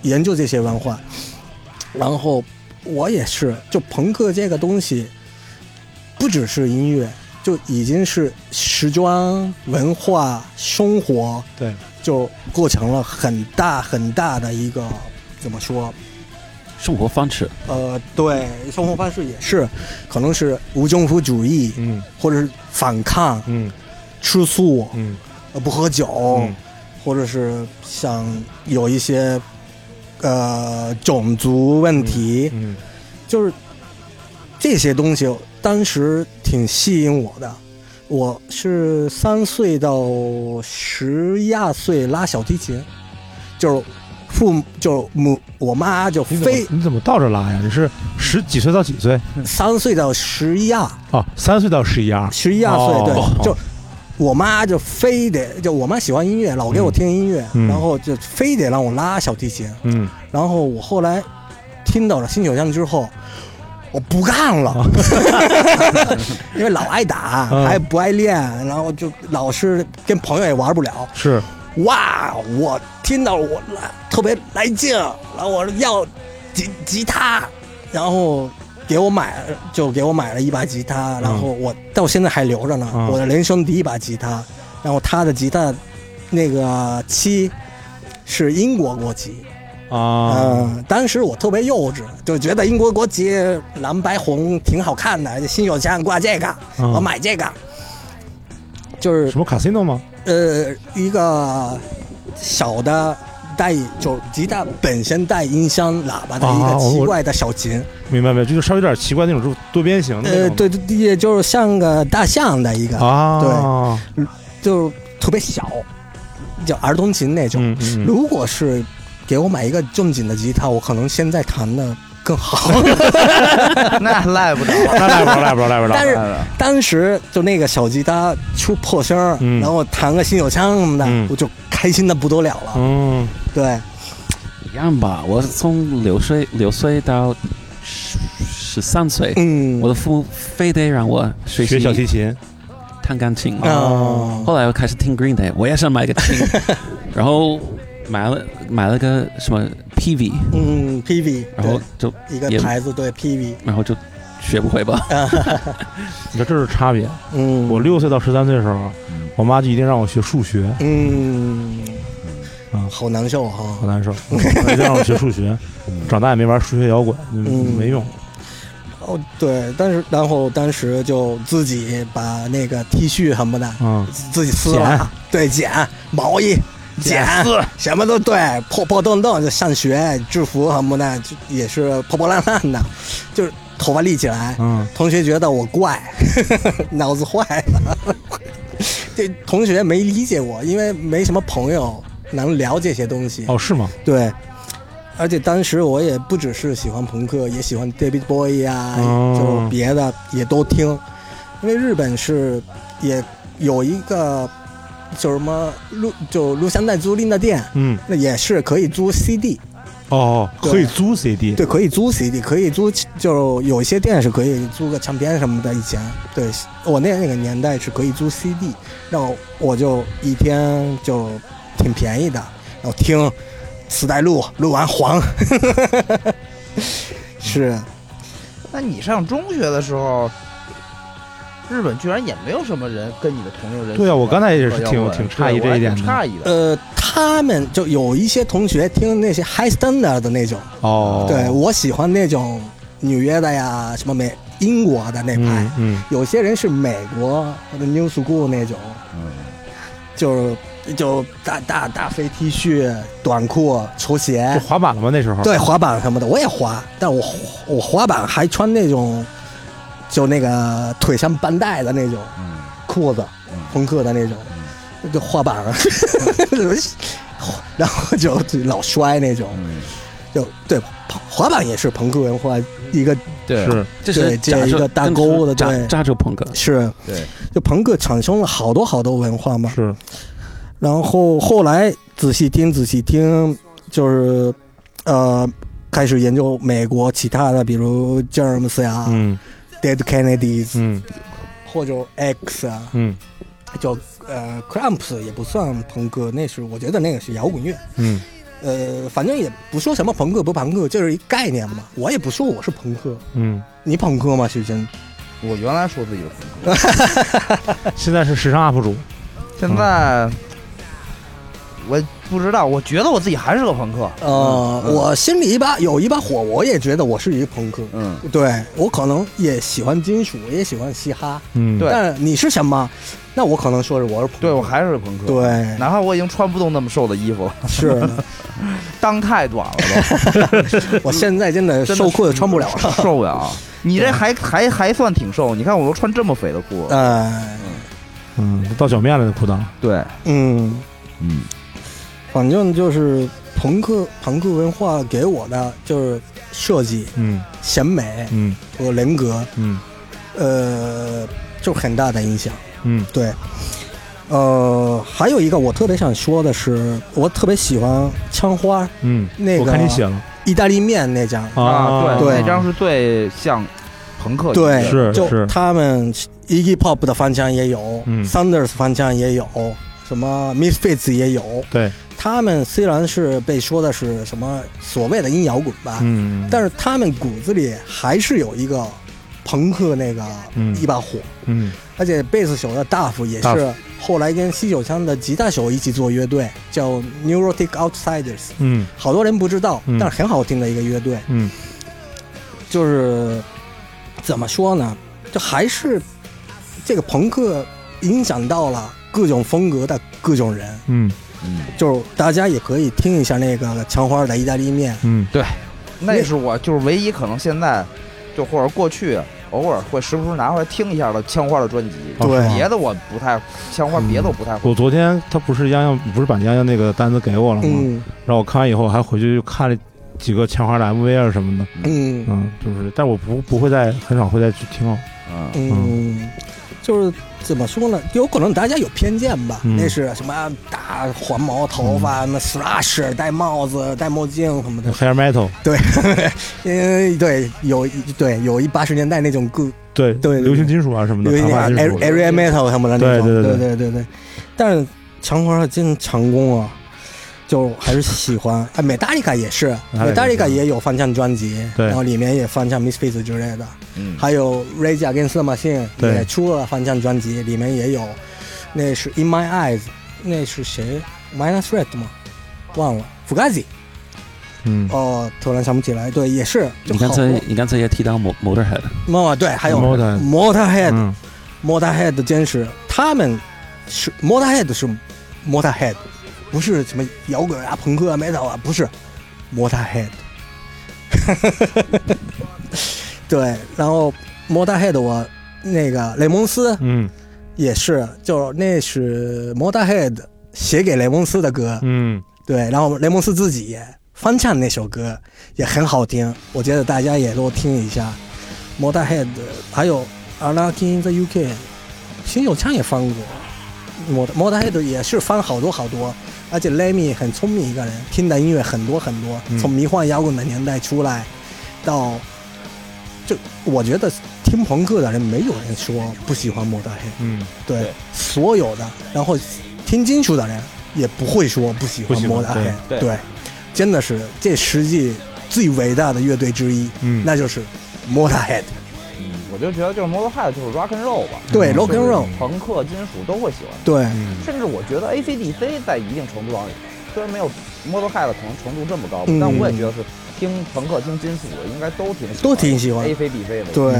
Speaker 4: 研究这些文化。然后我也是，就朋克这个东西，不只是音乐，就已经是时装文化生活，
Speaker 3: 对，
Speaker 4: 就构成了很大很大的一个怎么说？
Speaker 5: 生活方式，
Speaker 4: 呃，对，生活方式也是，可能是无政府主义，
Speaker 3: 嗯
Speaker 4: 或者是反抗、
Speaker 3: 嗯
Speaker 4: 吃素、
Speaker 3: 嗯
Speaker 4: 呃不喝酒，
Speaker 3: 嗯
Speaker 4: 或者是像有一些呃种族问题，
Speaker 3: 嗯
Speaker 4: 就是这些东西当时挺吸引我的。我是三岁到十一二岁拉小提琴，就是父母就是母我妈就
Speaker 3: 你怎
Speaker 4: 非
Speaker 3: 么你怎么倒着拉呀？啊你是十几岁到几岁？
Speaker 4: 三岁到十一二
Speaker 3: 哦，三岁到十一二，
Speaker 4: 十一二岁
Speaker 3: 哦
Speaker 4: 对，
Speaker 3: 哦
Speaker 4: 就我妈就非得就我妈喜欢音乐，老给我听音乐，
Speaker 3: 嗯
Speaker 4: 然后就非得让我拉小提琴，
Speaker 3: 嗯，
Speaker 4: 然后我后来听到了新九江之后，我不干了，因为老挨打，
Speaker 3: 嗯
Speaker 4: 还不爱练，然后就老是跟朋友也玩不了。
Speaker 3: 是
Speaker 4: 哇，我听到了我来特别来劲，然后我要吉吉他，然后给我买就给我买了一把吉他，然后我到现在还留着呢，
Speaker 3: 嗯
Speaker 4: 我的人生第一把吉他，然后他的吉他那个漆是英国国旗，
Speaker 3: 啊，
Speaker 4: 嗯，当时我特别幼稚，就觉得英国国旗蓝白红挺好看的，新手枪挂这个，
Speaker 3: 嗯
Speaker 4: 我买这个，就是
Speaker 3: 什么 casino 吗？
Speaker 4: 呃一个小的带就吉他本身带音箱喇叭的一
Speaker 3: 啊
Speaker 4: 个
Speaker 3: 我
Speaker 4: 奇怪的小琴，
Speaker 3: 明白没有？就是稍微有点奇怪那种，就是多边形的那
Speaker 4: 呃
Speaker 3: 种
Speaker 4: 对对，也就是像个大象的一个，
Speaker 3: 啊，
Speaker 4: 就是特别小，叫儿童琴那种。
Speaker 3: 嗯嗯嗯
Speaker 4: 如果是给我买一个正经的吉他，我可能现在弹的 更好。
Speaker 2: 那赖 不着。
Speaker 3: 那赖不着，赖不着，赖不着。
Speaker 4: 但是
Speaker 2: 赖不着
Speaker 4: 当时就那个小吉他出破声儿，
Speaker 3: 嗯
Speaker 4: 然后弹个新手枪什么的，
Speaker 3: 嗯
Speaker 4: 我就开心的不得了了。
Speaker 3: 嗯，
Speaker 4: 对，
Speaker 5: 一样吧。我从六岁六岁到十十三岁，
Speaker 4: 嗯，
Speaker 5: 我的父母非得让我学习
Speaker 3: 学小提琴
Speaker 5: 弹钢琴。
Speaker 4: 啊，
Speaker 5: 后来我开始听 Green Day，我也想买个 琴，然后买了买了个什么 PV，
Speaker 4: 嗯，PV，
Speaker 5: 然后就
Speaker 4: 对一个
Speaker 5: 也
Speaker 4: 牌子对 PV，
Speaker 5: 然后就学不会吧。
Speaker 3: 你说这是差别。
Speaker 4: 嗯，
Speaker 3: 我六岁到十三岁的时候，啊我妈就一定让我学数学，
Speaker 4: 嗯
Speaker 3: 啊，
Speaker 4: 好难受
Speaker 3: 好
Speaker 4: 哈。
Speaker 3: 难受， 嗯一定让我学数学。长大也没玩数学摇滚，
Speaker 4: 嗯
Speaker 3: 没用。
Speaker 4: 哦，对，但是然后当时就自己把那个 T 恤什么的
Speaker 3: 嗯，
Speaker 4: 自己撕了，对，剪毛衣。剪什么都对，破破洞洞就上学，制服什么的就也是破破烂烂的，就是头发立起来，
Speaker 3: 嗯，
Speaker 4: 同学觉得我怪， 脑子坏了。 这同学没理解我，因为没什么朋友能聊这些东西。
Speaker 3: 哦，是吗？
Speaker 4: 对，而且当时我也不只是喜欢朋克，也喜欢 David Bowie 啊，
Speaker 3: 哦
Speaker 4: 就别的也都听。因为日本是也有一个就什么录就录像带租赁的店，
Speaker 3: 嗯，
Speaker 4: 那也是可以租 CD，
Speaker 3: 哦，
Speaker 4: 对
Speaker 3: 可以租 CD。
Speaker 4: 对，可以租 CD，可以租，就有一些店是可以租个唱片什么的。以前对我那那个年代是可以租 CD，然后我就一天就挺便宜的，然后听磁带录，录完还。 是，
Speaker 7: 那你上中学的时候，日本居然也没有什么人跟你的同龄人。
Speaker 3: 对啊我刚才也是
Speaker 7: 摇
Speaker 3: 挺
Speaker 7: 滚
Speaker 3: 挺诧
Speaker 7: 对
Speaker 3: 异
Speaker 7: 我
Speaker 3: 这一
Speaker 7: 还
Speaker 3: 点
Speaker 7: 挺
Speaker 3: 的
Speaker 7: 诧异的。
Speaker 4: 呃，他们就有一些同学听那些 high standard 的那种，
Speaker 3: 哦，
Speaker 4: 对我喜欢那种纽约的呀，什么美英国的那派。
Speaker 3: 嗯嗯
Speaker 4: 有些人是美国或者 New School 那种，就是就大大大飞 T 恤、短裤、
Speaker 3: 就
Speaker 4: 球鞋，
Speaker 3: 滑板了吗？那时候？
Speaker 4: 对滑板什么的我也滑，但我我滑板还穿那种就那个腿上bandai 的那种裤子，朋克的那种，就滑板 啊，然后就老摔那种，
Speaker 2: 嗯
Speaker 4: 就对滑板也是朋克文化一个
Speaker 2: 对
Speaker 3: 是
Speaker 4: 对
Speaker 5: 这
Speaker 4: 这
Speaker 5: 是加
Speaker 4: 一
Speaker 5: 州
Speaker 4: 个大
Speaker 5: 跟
Speaker 4: 沟的
Speaker 5: 加
Speaker 4: 对
Speaker 5: 加州朋克，
Speaker 4: 是
Speaker 2: 对，
Speaker 4: 就朋克产生了好多好多文化嘛。
Speaker 3: 是，
Speaker 4: 然后后来仔细听仔细听，就是呃开始研究美国其他的，比如 Germs 呀、
Speaker 3: 嗯
Speaker 4: Dead Kennedys、
Speaker 3: 嗯
Speaker 4: 或者 X 啊，
Speaker 3: 嗯
Speaker 4: 叫呃 Cramps 也不算朋克，那是我觉得那个是摇滚乐。
Speaker 3: 嗯
Speaker 4: 呃，反正也不说什么朋克不朋克，就是一概念嘛。我也不说我是朋克，
Speaker 3: 嗯。
Speaker 4: 你朋克吗，徐真？
Speaker 2: 我原来说自己是朋克，
Speaker 3: 现在是时尚 UP 主，嗯
Speaker 2: 现在我不知道，我觉得我自己还是个朋克。
Speaker 4: 呃，
Speaker 2: 嗯
Speaker 4: 我心里一把有一把火，我也觉得我是一朋克。
Speaker 2: 嗯，
Speaker 4: 对我可能也喜欢金属，也喜欢嘻哈，
Speaker 3: 嗯，
Speaker 2: 对
Speaker 4: 但你是什么？那我可能说是我是朋克
Speaker 2: 对我还是个朋克。，
Speaker 4: 对
Speaker 2: 哪怕我已经穿不动那么瘦的衣服了，
Speaker 4: 是，
Speaker 2: 裆太短了都，
Speaker 4: 我现在真的
Speaker 2: 真的
Speaker 4: 瘦裤子穿 不了了。
Speaker 2: 受不了。你这还还还算挺瘦，你看我都穿这么肥的裤子。
Speaker 4: 哎，
Speaker 3: 嗯，到脚面了的裤裆，
Speaker 2: 对，
Speaker 4: 嗯，
Speaker 2: 嗯，
Speaker 4: 反正就是朋克朋克文化给我的就是设计、
Speaker 3: 嗯
Speaker 4: 审美
Speaker 3: 嗯
Speaker 4: 和人格，
Speaker 3: 嗯
Speaker 4: 呃，就很大的影响。
Speaker 3: 嗯
Speaker 4: 对，呃，还有一个我特别想说的是，我特别喜欢枪花
Speaker 3: 嗯，
Speaker 4: 那个
Speaker 3: 我看你写了
Speaker 4: 意大利面那家。
Speaker 2: 啊，那
Speaker 4: 对
Speaker 2: 张是最像朋克的。
Speaker 4: 对，
Speaker 3: 是
Speaker 4: 就是他们 Iggy Pop 的翻腔也有、
Speaker 3: 嗯
Speaker 4: s a u n d e r s 翻腔也有，什么 Misfits 也有，
Speaker 3: 对，
Speaker 4: 他们虽然是被说的是什么所谓的阴摇滚吧，
Speaker 3: 嗯，
Speaker 4: 但
Speaker 3: 是
Speaker 4: 是他们骨子里还是有一个朋克那个
Speaker 3: 嗯
Speaker 4: 一把火，
Speaker 3: 嗯
Speaker 4: 而且贝斯手的大夫也
Speaker 3: 大
Speaker 4: 是后来跟西九枪的吉他手一起做乐队，叫 Neurotic Outsiders，
Speaker 3: 嗯
Speaker 4: 好多人不知道，
Speaker 3: 嗯
Speaker 4: 但是很好听的一个乐队，
Speaker 3: 嗯
Speaker 4: 就是怎么说呢，就还是这个朋克影响到了各种风格的各种人，
Speaker 3: 嗯
Speaker 4: 就是大家也可以听一下那个墙花的意大利面，
Speaker 3: 嗯
Speaker 2: 那是我就是唯一可能现在就或者过去偶尔会时不时拿回来听一下的枪花的专辑，
Speaker 3: 哦
Speaker 4: 对
Speaker 3: 是吗
Speaker 2: 别的我不太枪花，
Speaker 3: 嗯
Speaker 2: 别的我不太会。
Speaker 3: 我昨天他不是洋洋不是把洋洋那个单子给我了吗？
Speaker 4: 嗯
Speaker 3: 然后我看完以后还回去又看了几个钱花的 MV 啊什么的，
Speaker 4: 嗯
Speaker 3: 嗯，就是，但我不不会再很少会再去听了，哦
Speaker 2: 嗯，
Speaker 4: 嗯，就是怎么说呢？有可能大家有偏见吧，
Speaker 3: 嗯
Speaker 4: 那是什么大黄毛头发，什么 slash 戴帽子、戴墨镜什么
Speaker 3: 那
Speaker 4: 的。
Speaker 3: hair metal，
Speaker 4: 嗯，对，有一对有一八十年代那种个
Speaker 3: 对
Speaker 4: 对对
Speaker 3: 流行金属啊什么的，
Speaker 4: 有一
Speaker 3: 弹
Speaker 4: 点
Speaker 3: 法金属
Speaker 4: area metal 什么的那种。
Speaker 3: 对对
Speaker 4: 对
Speaker 3: 对
Speaker 4: 对对对但是强花真强攻啊！就还是喜欢，哎，美达利卡也是，
Speaker 3: Metallica
Speaker 4: 美达利卡也有翻唱专辑，
Speaker 3: 对
Speaker 4: 然后里面也翻唱 Misfits 之类的，
Speaker 2: 嗯
Speaker 4: 还有 Rage Against the Machine
Speaker 3: 对
Speaker 4: 也出了翻唱专辑，里面也有，那是 In My Eyes，那是谁？Minus Red 吗？忘了 f u g a z i
Speaker 3: 嗯，
Speaker 4: 哦，突然想不起来，对，也是，就
Speaker 5: 你刚
Speaker 4: 好
Speaker 5: 才
Speaker 4: 多
Speaker 5: 你刚才也提到 Mo- Motorhead，
Speaker 4: 哦，对，还有
Speaker 3: Motorhead
Speaker 4: Motorhead，
Speaker 3: 嗯
Speaker 4: Motorhead 真是他们是 Motorhead 是 Motorhead，不是什么摇滚啊、朋克啊、metal 啊，不是 Motorhead。对，然后 Motorhead 我那个雷蒙斯
Speaker 3: 嗯
Speaker 4: 也是，就那是 Motorhead 写给雷蒙斯的歌，
Speaker 3: 嗯
Speaker 4: 对，然后雷蒙斯自己也翻唱那首歌也很好听，我觉得大家也都听一下。Motorhead，还有 a l a k i n the UK，新友枪也翻过。Mot Motorhead 也是翻好多好多，而且 Lemmy 很聪明一个人，听的音乐很多很多，
Speaker 3: 嗯
Speaker 4: 从迷幻摇滚的年代出来，到就我觉得听朋克的人没有人说不喜欢 Motorhead，
Speaker 3: 嗯，
Speaker 4: 对，所有的，然后听金属的人也不会说不喜
Speaker 3: 不
Speaker 4: 欢
Speaker 3: 喜欢
Speaker 4: 摩达黑，
Speaker 1: 对
Speaker 4: 对，真的是这世纪最伟大的乐队之一，
Speaker 3: 嗯
Speaker 4: 那就是 Motorhead，
Speaker 2: 我就觉得就是摩托派就是 rock and roll 吧，
Speaker 4: 对
Speaker 3: 嗯
Speaker 4: ，rock and roll，
Speaker 2: 朋克金属都会喜欢，
Speaker 4: 对，
Speaker 3: 嗯
Speaker 2: 甚至我觉得 AC/DC 在一定程度上，虽然没有摩托派的可能程度这么高吧
Speaker 4: 嗯，
Speaker 2: 但我也觉得是听朋克、听金属的应该都挺喜欢
Speaker 4: 都挺喜欢
Speaker 2: AC/DC 的，
Speaker 4: 对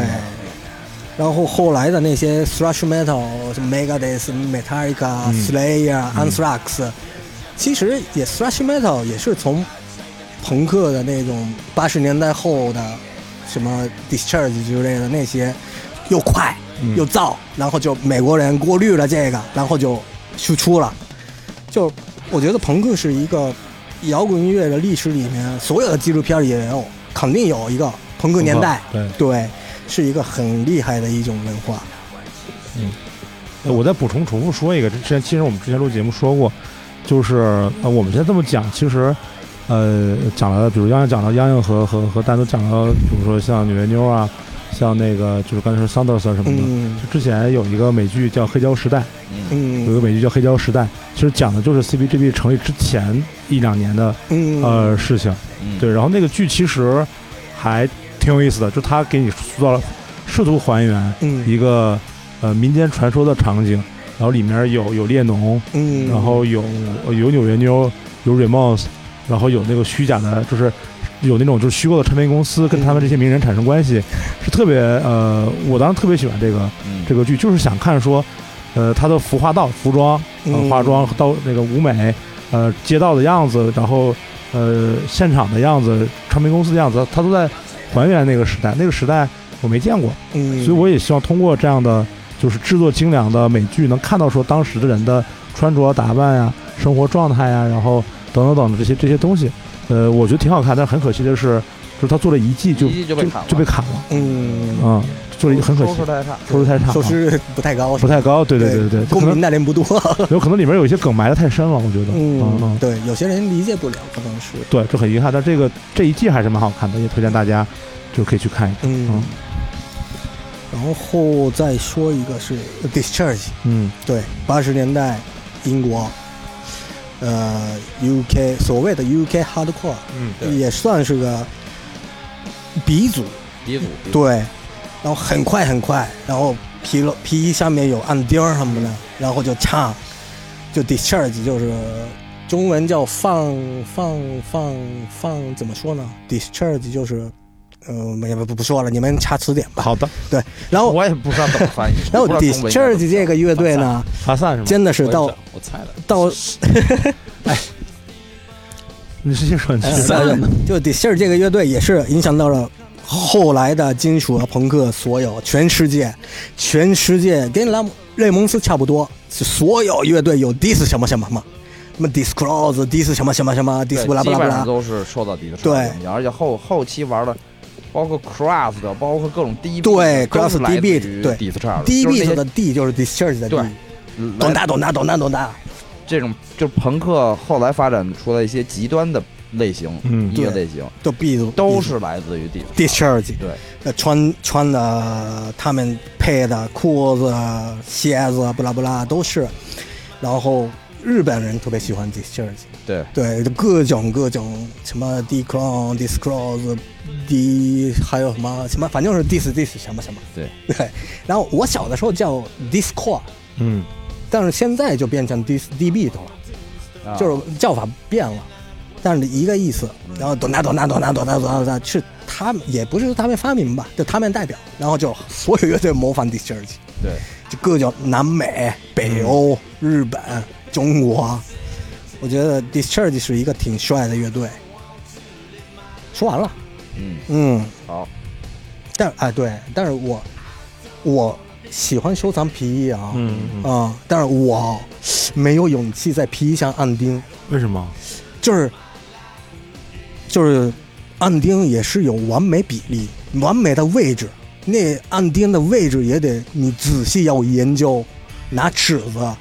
Speaker 4: 然后后来的那些 thrash metal，什么 Megadeth、Metallica、
Speaker 3: 嗯
Speaker 4: Slayer、Anthrax，其实也 thrash metal 也是从朋克的那种八十年代后的什么 Discharge 之类的那些，又快
Speaker 3: 嗯
Speaker 4: 又燥，然后就美国人过滤了这个，然后就输出了。就我觉得朋克是一个摇滚音乐的历史里面，所有的纪录片也有，肯定有一个朋克年代。
Speaker 3: 嗯对，
Speaker 4: 对，是一个很厉害的一种文化。
Speaker 3: 呃我再补充重复说一个，之前其实我们之前录节目说过，就是呃我们现在这么讲，其实呃讲了，比如洋洋讲了洋洋和和和丹都讲了，比如说像纽约妞啊，像那个就是刚才说 Sanders 啊什么的。
Speaker 4: 嗯
Speaker 3: 就之前有一个美剧叫《黑胶时代》，有一
Speaker 4: 嗯
Speaker 3: 个美剧叫《黑胶时代》，其实讲的就是 CBGB 成立之前一两年的
Speaker 4: 嗯
Speaker 3: 呃事情。
Speaker 2: 嗯
Speaker 3: 对，然后那个剧其实还挺有意思的，就他给你塑造了，试图还原
Speaker 4: 嗯
Speaker 3: 一个呃民间传说的场景，然后里面有有列侬，
Speaker 4: 嗯，
Speaker 3: 然后有呃有纽约妞，有 Remos，然后有那个虚假的，就是有那种就是虚构的唱片公司跟他
Speaker 4: 嗯
Speaker 3: 们这些名人产生关系，是特别呃，我当时特别喜欢这个
Speaker 2: 嗯
Speaker 3: 这个剧，就是想看说，呃，他的服化道、服装、呃、
Speaker 4: 嗯
Speaker 3: 化妆到那个舞美，呃，街道的样子，然后呃，现场的样子，唱片公司的样子，他都在还原那个时代，那个时代我没见过，
Speaker 4: 嗯，
Speaker 3: 所以我也希望通过这样的就是制作精良的美剧，能看到说当时的人的穿着打扮呀、生活状态呀，然后等等等的这些这些东西。呃，我觉得挺好看，但是很可惜的是，就是他做了一季就
Speaker 2: 一季就被砍了
Speaker 3: 就被砍了，
Speaker 4: 嗯
Speaker 3: 嗯，做了一很可惜
Speaker 2: 收，视太差，
Speaker 3: 收视太 差，
Speaker 4: 收
Speaker 3: 啊
Speaker 4: 视不太高，
Speaker 3: 不太高，对对
Speaker 4: 对
Speaker 3: 对对，可
Speaker 4: 共鸣
Speaker 3: 能
Speaker 4: 的人不多。
Speaker 3: 有可能里面有一些梗埋的太深了，我觉得， 嗯
Speaker 4: 嗯，
Speaker 3: 嗯，
Speaker 4: 对，有些人理解不了，可能是
Speaker 3: 对，这很遗憾，但这个这一季还是蛮好看的，也推荐大家就可以去看一看，
Speaker 4: 嗯
Speaker 3: 嗯。
Speaker 4: 然后再说一个是 Discharge，
Speaker 3: 嗯
Speaker 4: 对，八十年代英国，呃，UK 所谓的 UK hardcore
Speaker 3: 嗯，
Speaker 4: 也算是个鼻祖，
Speaker 2: 鼻祖，鼻祖
Speaker 4: 对，然后很快很快，然后皮了皮衣下面有暗钉儿什么的，然后就唱，就 discharge 就是中文叫放放放放，怎么说呢？discharge 就是，呃，没不不说了，你们查词典吧。
Speaker 3: 好的，
Speaker 4: 然后
Speaker 2: 我也不知道怎么翻译。
Speaker 4: 然后
Speaker 2: 我不知道中文应该怎么
Speaker 4: discharge 这个乐队呢，
Speaker 3: 发散是吗？
Speaker 4: 真的是
Speaker 5: 我也
Speaker 4: 到
Speaker 5: 知道我猜了，
Speaker 4: 到
Speaker 3: 你是些说你
Speaker 4: 哎
Speaker 5: 三人呢？
Speaker 4: 就 discharge 这个乐队也是影响到了。后来的金属和朋克，所有全世界，全世界跟拉姆雷蒙斯差不多，是所有乐队有 dis 什么什么什么，什么 disclose dis 什么什么什么 dis
Speaker 2: 对
Speaker 4: 不拉
Speaker 2: 基
Speaker 4: 不拉不
Speaker 2: 本上
Speaker 4: 拉，
Speaker 2: 都是受到迪的影响，而且后后期玩的，包括 Craft，包括各种 DB，
Speaker 4: 对
Speaker 2: 都是
Speaker 4: Craft
Speaker 2: 来自
Speaker 4: DB
Speaker 2: 于
Speaker 4: 对
Speaker 2: Diss Chart 的
Speaker 4: 第一
Speaker 2: 就是那
Speaker 4: beat
Speaker 2: 些
Speaker 4: 的 D 就是 discharge 的 D，
Speaker 2: 对
Speaker 4: 懂
Speaker 2: 来
Speaker 4: 哒懂哒懂哒懂哒，
Speaker 2: 这种就是朋克后来发展出来一些极端的类型，
Speaker 3: 嗯
Speaker 2: 音乐
Speaker 4: 对
Speaker 2: 类型
Speaker 4: 就 B
Speaker 2: 都是来自于 Diss。
Speaker 4: discharge，
Speaker 2: 对，
Speaker 4: 呃穿穿的他们配的裤子、啊鞋子不拉不拉都是，然后日本人特别喜欢 discharge。
Speaker 2: 对，
Speaker 4: 对，各种各种什么 D clone、D scrolls、D 还有什么什么，反正是 dis dis 什么什么。
Speaker 2: 对
Speaker 4: 对，然后我小的时候叫 Discord，
Speaker 3: 嗯，
Speaker 4: 但是现在就变成 dis DB 了，
Speaker 2: 啊嗯
Speaker 4: 就是叫法变了，但是一个意思。然后咚哒咚哒咚哒咚哒咚哒咚哒，是他们也不是他们发明吧，就他们代表，然后就所有乐队模仿 discharge。
Speaker 2: 对，
Speaker 4: 就各种南美、北欧、
Speaker 2: 嗯
Speaker 4: 日本、中国，我觉得 Discharge 是一个挺帅的乐队。说完了，
Speaker 2: 嗯，
Speaker 4: 嗯，
Speaker 2: 好，
Speaker 4: 但哎对，但是我我喜欢收藏皮衣 啊，
Speaker 3: 嗯嗯
Speaker 4: 啊，但是我没有勇气在皮衣上按钉，
Speaker 3: 为什么？
Speaker 4: 就是就是按钉也是有完美比例、完美的位置。那按钉的位置也得你仔细要研究，拿尺子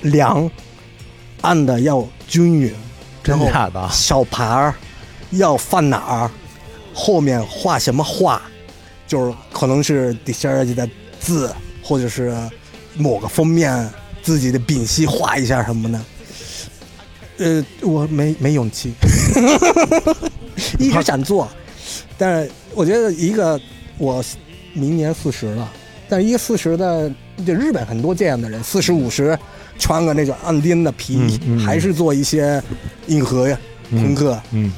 Speaker 4: 量，按的要均匀，
Speaker 3: 真
Speaker 4: 然后
Speaker 3: 假的？
Speaker 4: 小牌儿要放哪儿，后面画什么画，就是可能是 discharge 的字，或者是某个封面自己的丙烯画一下什么的。呃，我没没勇 气，一直想做，但是我觉得一个我明年四十了，但是一个四十的，就日本很多这样的人，四十五十穿个那种暗钉的皮衣，
Speaker 3: 嗯嗯
Speaker 4: 还是做一些硬核呀、朋克，
Speaker 3: 嗯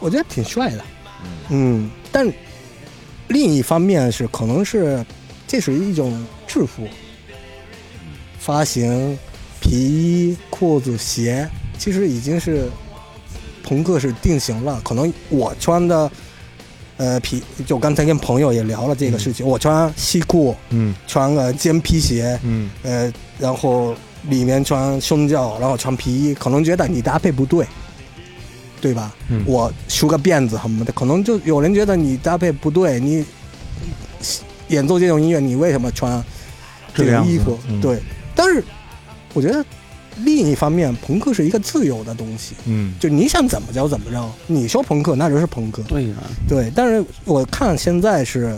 Speaker 4: 我觉得挺帅的。嗯，但另一方面是，可能是这是一种制服，发型、皮衣、裤子、鞋，其实已经是朋克是定型了。可能我穿的，呃，皮就刚才跟朋友也聊了这个事情，我穿西裤，
Speaker 3: 嗯
Speaker 4: 穿个尖皮鞋，
Speaker 3: 嗯
Speaker 4: 呃，然后里面穿胸罩，然后穿皮衣，可能觉得你搭配不对，对吧？
Speaker 3: 嗯
Speaker 4: 我梳个辫子什么的，可能就有人觉得你搭配不对，你演奏这种音乐，你为什么穿
Speaker 3: 这
Speaker 4: 这
Speaker 3: 个样
Speaker 4: 种
Speaker 3: 子
Speaker 4: 衣服？
Speaker 3: 嗯
Speaker 4: 对，但是我觉得另一方面，朋克是一个自由的东西，
Speaker 3: 嗯，
Speaker 4: 就你想怎么着怎么着，你说朋克那就是朋克，
Speaker 5: 对啊呀、
Speaker 4: 对。但是我看现在是。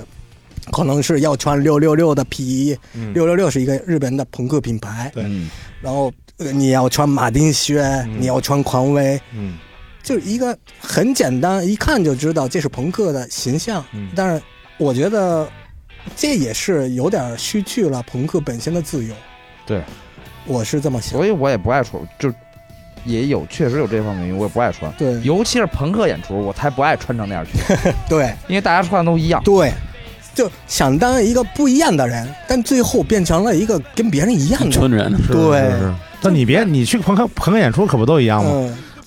Speaker 4: 可能是要穿六六六的皮衣，
Speaker 3: 嗯
Speaker 4: 六六六是一个日本的朋克品牌，
Speaker 3: 对
Speaker 2: 嗯，
Speaker 4: 然后、呃、你要穿马丁靴，你要穿匡威，
Speaker 3: 嗯
Speaker 4: 就是一个很简单，一看就知道这是朋克的形象。
Speaker 3: 嗯
Speaker 4: 但是我觉得这也是有点失去了朋克本身的自由。
Speaker 2: 对，
Speaker 4: 我是这么想。
Speaker 2: 所以我也不爱穿，就也有确实有这方面原因，我也不爱穿，
Speaker 4: 对
Speaker 2: 尤其是朋克演出，我才不爱穿成那样去，
Speaker 4: 对
Speaker 2: 因为大家穿的都一样。
Speaker 4: 对，就想当一个不一样的人，但最后变成了一个跟别人一样
Speaker 5: 一
Speaker 4: 的。嗯
Speaker 5: 群人
Speaker 3: 是
Speaker 4: 对
Speaker 3: 是是。但你别，你去朋克朋克演出可不都一样吗？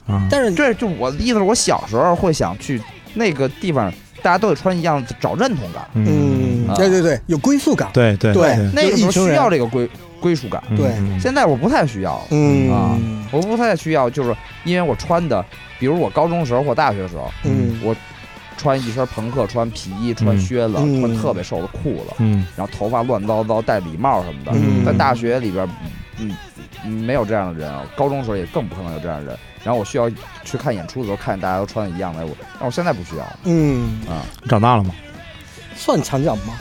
Speaker 4: 嗯，
Speaker 3: 啊，
Speaker 4: 但是
Speaker 2: 这就我的意思是，我小时候会想去那个地方，大家都得穿一样，找认同感。
Speaker 4: 嗯，
Speaker 2: 啊
Speaker 4: 对对对，有归属感。
Speaker 3: 对对
Speaker 4: 对
Speaker 2: 那个时候
Speaker 4: 一群
Speaker 2: 需
Speaker 4: 人
Speaker 2: 要这个归归属感，
Speaker 3: 嗯
Speaker 4: 对
Speaker 3: 嗯
Speaker 2: 现在我不太需要了，
Speaker 4: 嗯
Speaker 2: 啊我不太需要，就是因为我穿的，比如我高中时候或大学时候，
Speaker 4: 嗯
Speaker 2: 我穿一身朋克，穿皮衣，穿靴子，
Speaker 4: 嗯
Speaker 2: 穿特别瘦的裤子，
Speaker 3: 嗯
Speaker 2: 然后头发乱糟糟，戴礼帽什么的。
Speaker 4: 嗯
Speaker 2: 在大学里边，嗯，嗯没有这样的人啊，高中时候也更不可能有这样的人。然后我需要去看演出的时候，看见大家都穿的一样的，我，但我现在不需要了。
Speaker 4: 嗯，
Speaker 3: 长大了吗？
Speaker 4: 算强讲吗？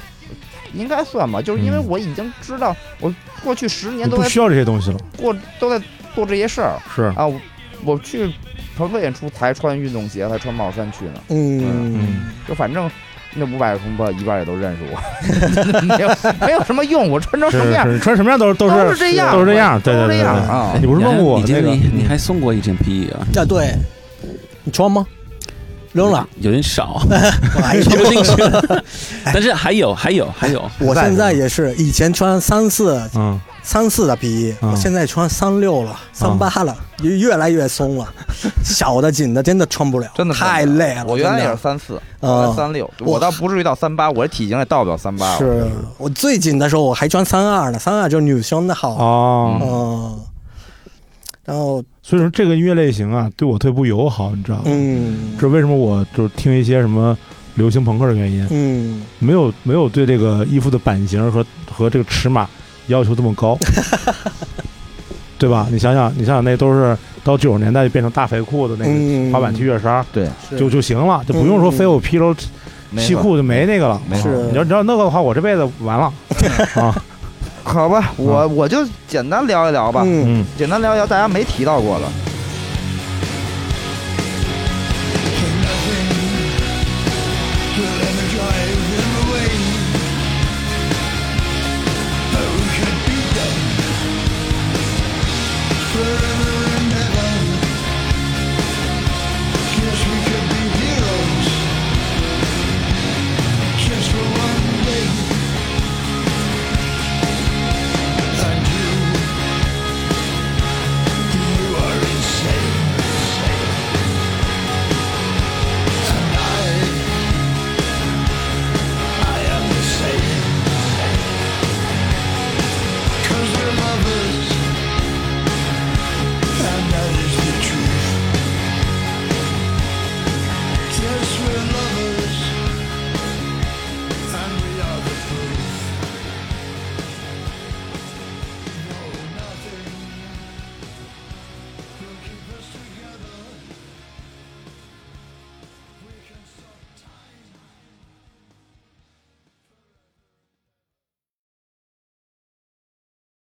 Speaker 1: 应该算吧，就是因为
Speaker 3: 嗯
Speaker 1: 我已经知道，我过去十年
Speaker 3: 你
Speaker 1: 都
Speaker 3: 不
Speaker 1: 在
Speaker 3: 需要这嗯些东西了，
Speaker 1: 过都在做这些事儿
Speaker 3: 是，
Speaker 1: 啊。我我去朋克演出才穿运动鞋，才穿帽衫去呢。
Speaker 4: 嗯
Speaker 3: 嗯，
Speaker 1: 就反正那五百个同胞一半也都认识我， 没有没有什么用，我穿成什么
Speaker 3: 是
Speaker 1: 样
Speaker 3: 是，穿什么样都是都
Speaker 1: 都
Speaker 3: 是
Speaker 1: 是这样，
Speaker 3: 都是这样，对
Speaker 1: 都
Speaker 3: 对
Speaker 1: 是这
Speaker 3: 对
Speaker 1: 样
Speaker 3: 对。
Speaker 1: 啊
Speaker 3: 对。你不是问过我
Speaker 5: 你记
Speaker 3: 那
Speaker 5: 得
Speaker 3: 个
Speaker 5: 你？你还送过一件皮衣啊？
Speaker 4: 啊对，你穿吗？扔了，
Speaker 5: 有点少，
Speaker 2: 嗯
Speaker 4: 我还
Speaker 5: 丢
Speaker 4: 穿
Speaker 5: 进去 了。但是还有，还有，还有，
Speaker 4: 我现在也是，以前穿三四
Speaker 3: 嗯，
Speaker 4: 三四的皮衣，
Speaker 3: 嗯
Speaker 4: 我现在穿三六了，
Speaker 2: 嗯
Speaker 4: 三八了，越越来越松了，小的紧的真的穿不了，
Speaker 2: 真的穿不了
Speaker 4: 太累了。
Speaker 2: 我原来
Speaker 4: 真
Speaker 2: 也
Speaker 4: 的
Speaker 2: 是三四，后来
Speaker 4: 嗯
Speaker 2: 三六，
Speaker 4: 我
Speaker 2: 我倒不至于到三八，我这体型也到不了三八。
Speaker 4: 是我最紧的时候我还穿三二呢，三二就是女生的好，
Speaker 3: 哦，
Speaker 4: 嗯，然后
Speaker 3: 所以说这个音乐类型啊，对我特别不友好，你知道吗？
Speaker 4: 嗯
Speaker 3: 这是为什么我就是听一些什么流行朋克的原因，
Speaker 4: 嗯，
Speaker 3: 没有没有对这个衣服的版型和和这个尺码要求这么 高，对吧？你想想，你想想，那都是到九十年代就变成大肥裤的那
Speaker 4: 嗯
Speaker 3: 个滑板 T 恤衫，
Speaker 2: 对，
Speaker 4: 是
Speaker 3: 就就行了，就不用说非有披头
Speaker 2: 没
Speaker 3: 西
Speaker 2: 错
Speaker 3: 裤就没那个了。
Speaker 2: 没错
Speaker 4: 是
Speaker 3: 你要你要那个的话，我这辈子完了啊！
Speaker 2: 好吧，我我就简单聊一聊吧，
Speaker 4: 嗯
Speaker 3: 嗯，
Speaker 2: 简单聊一聊大家没提到过的，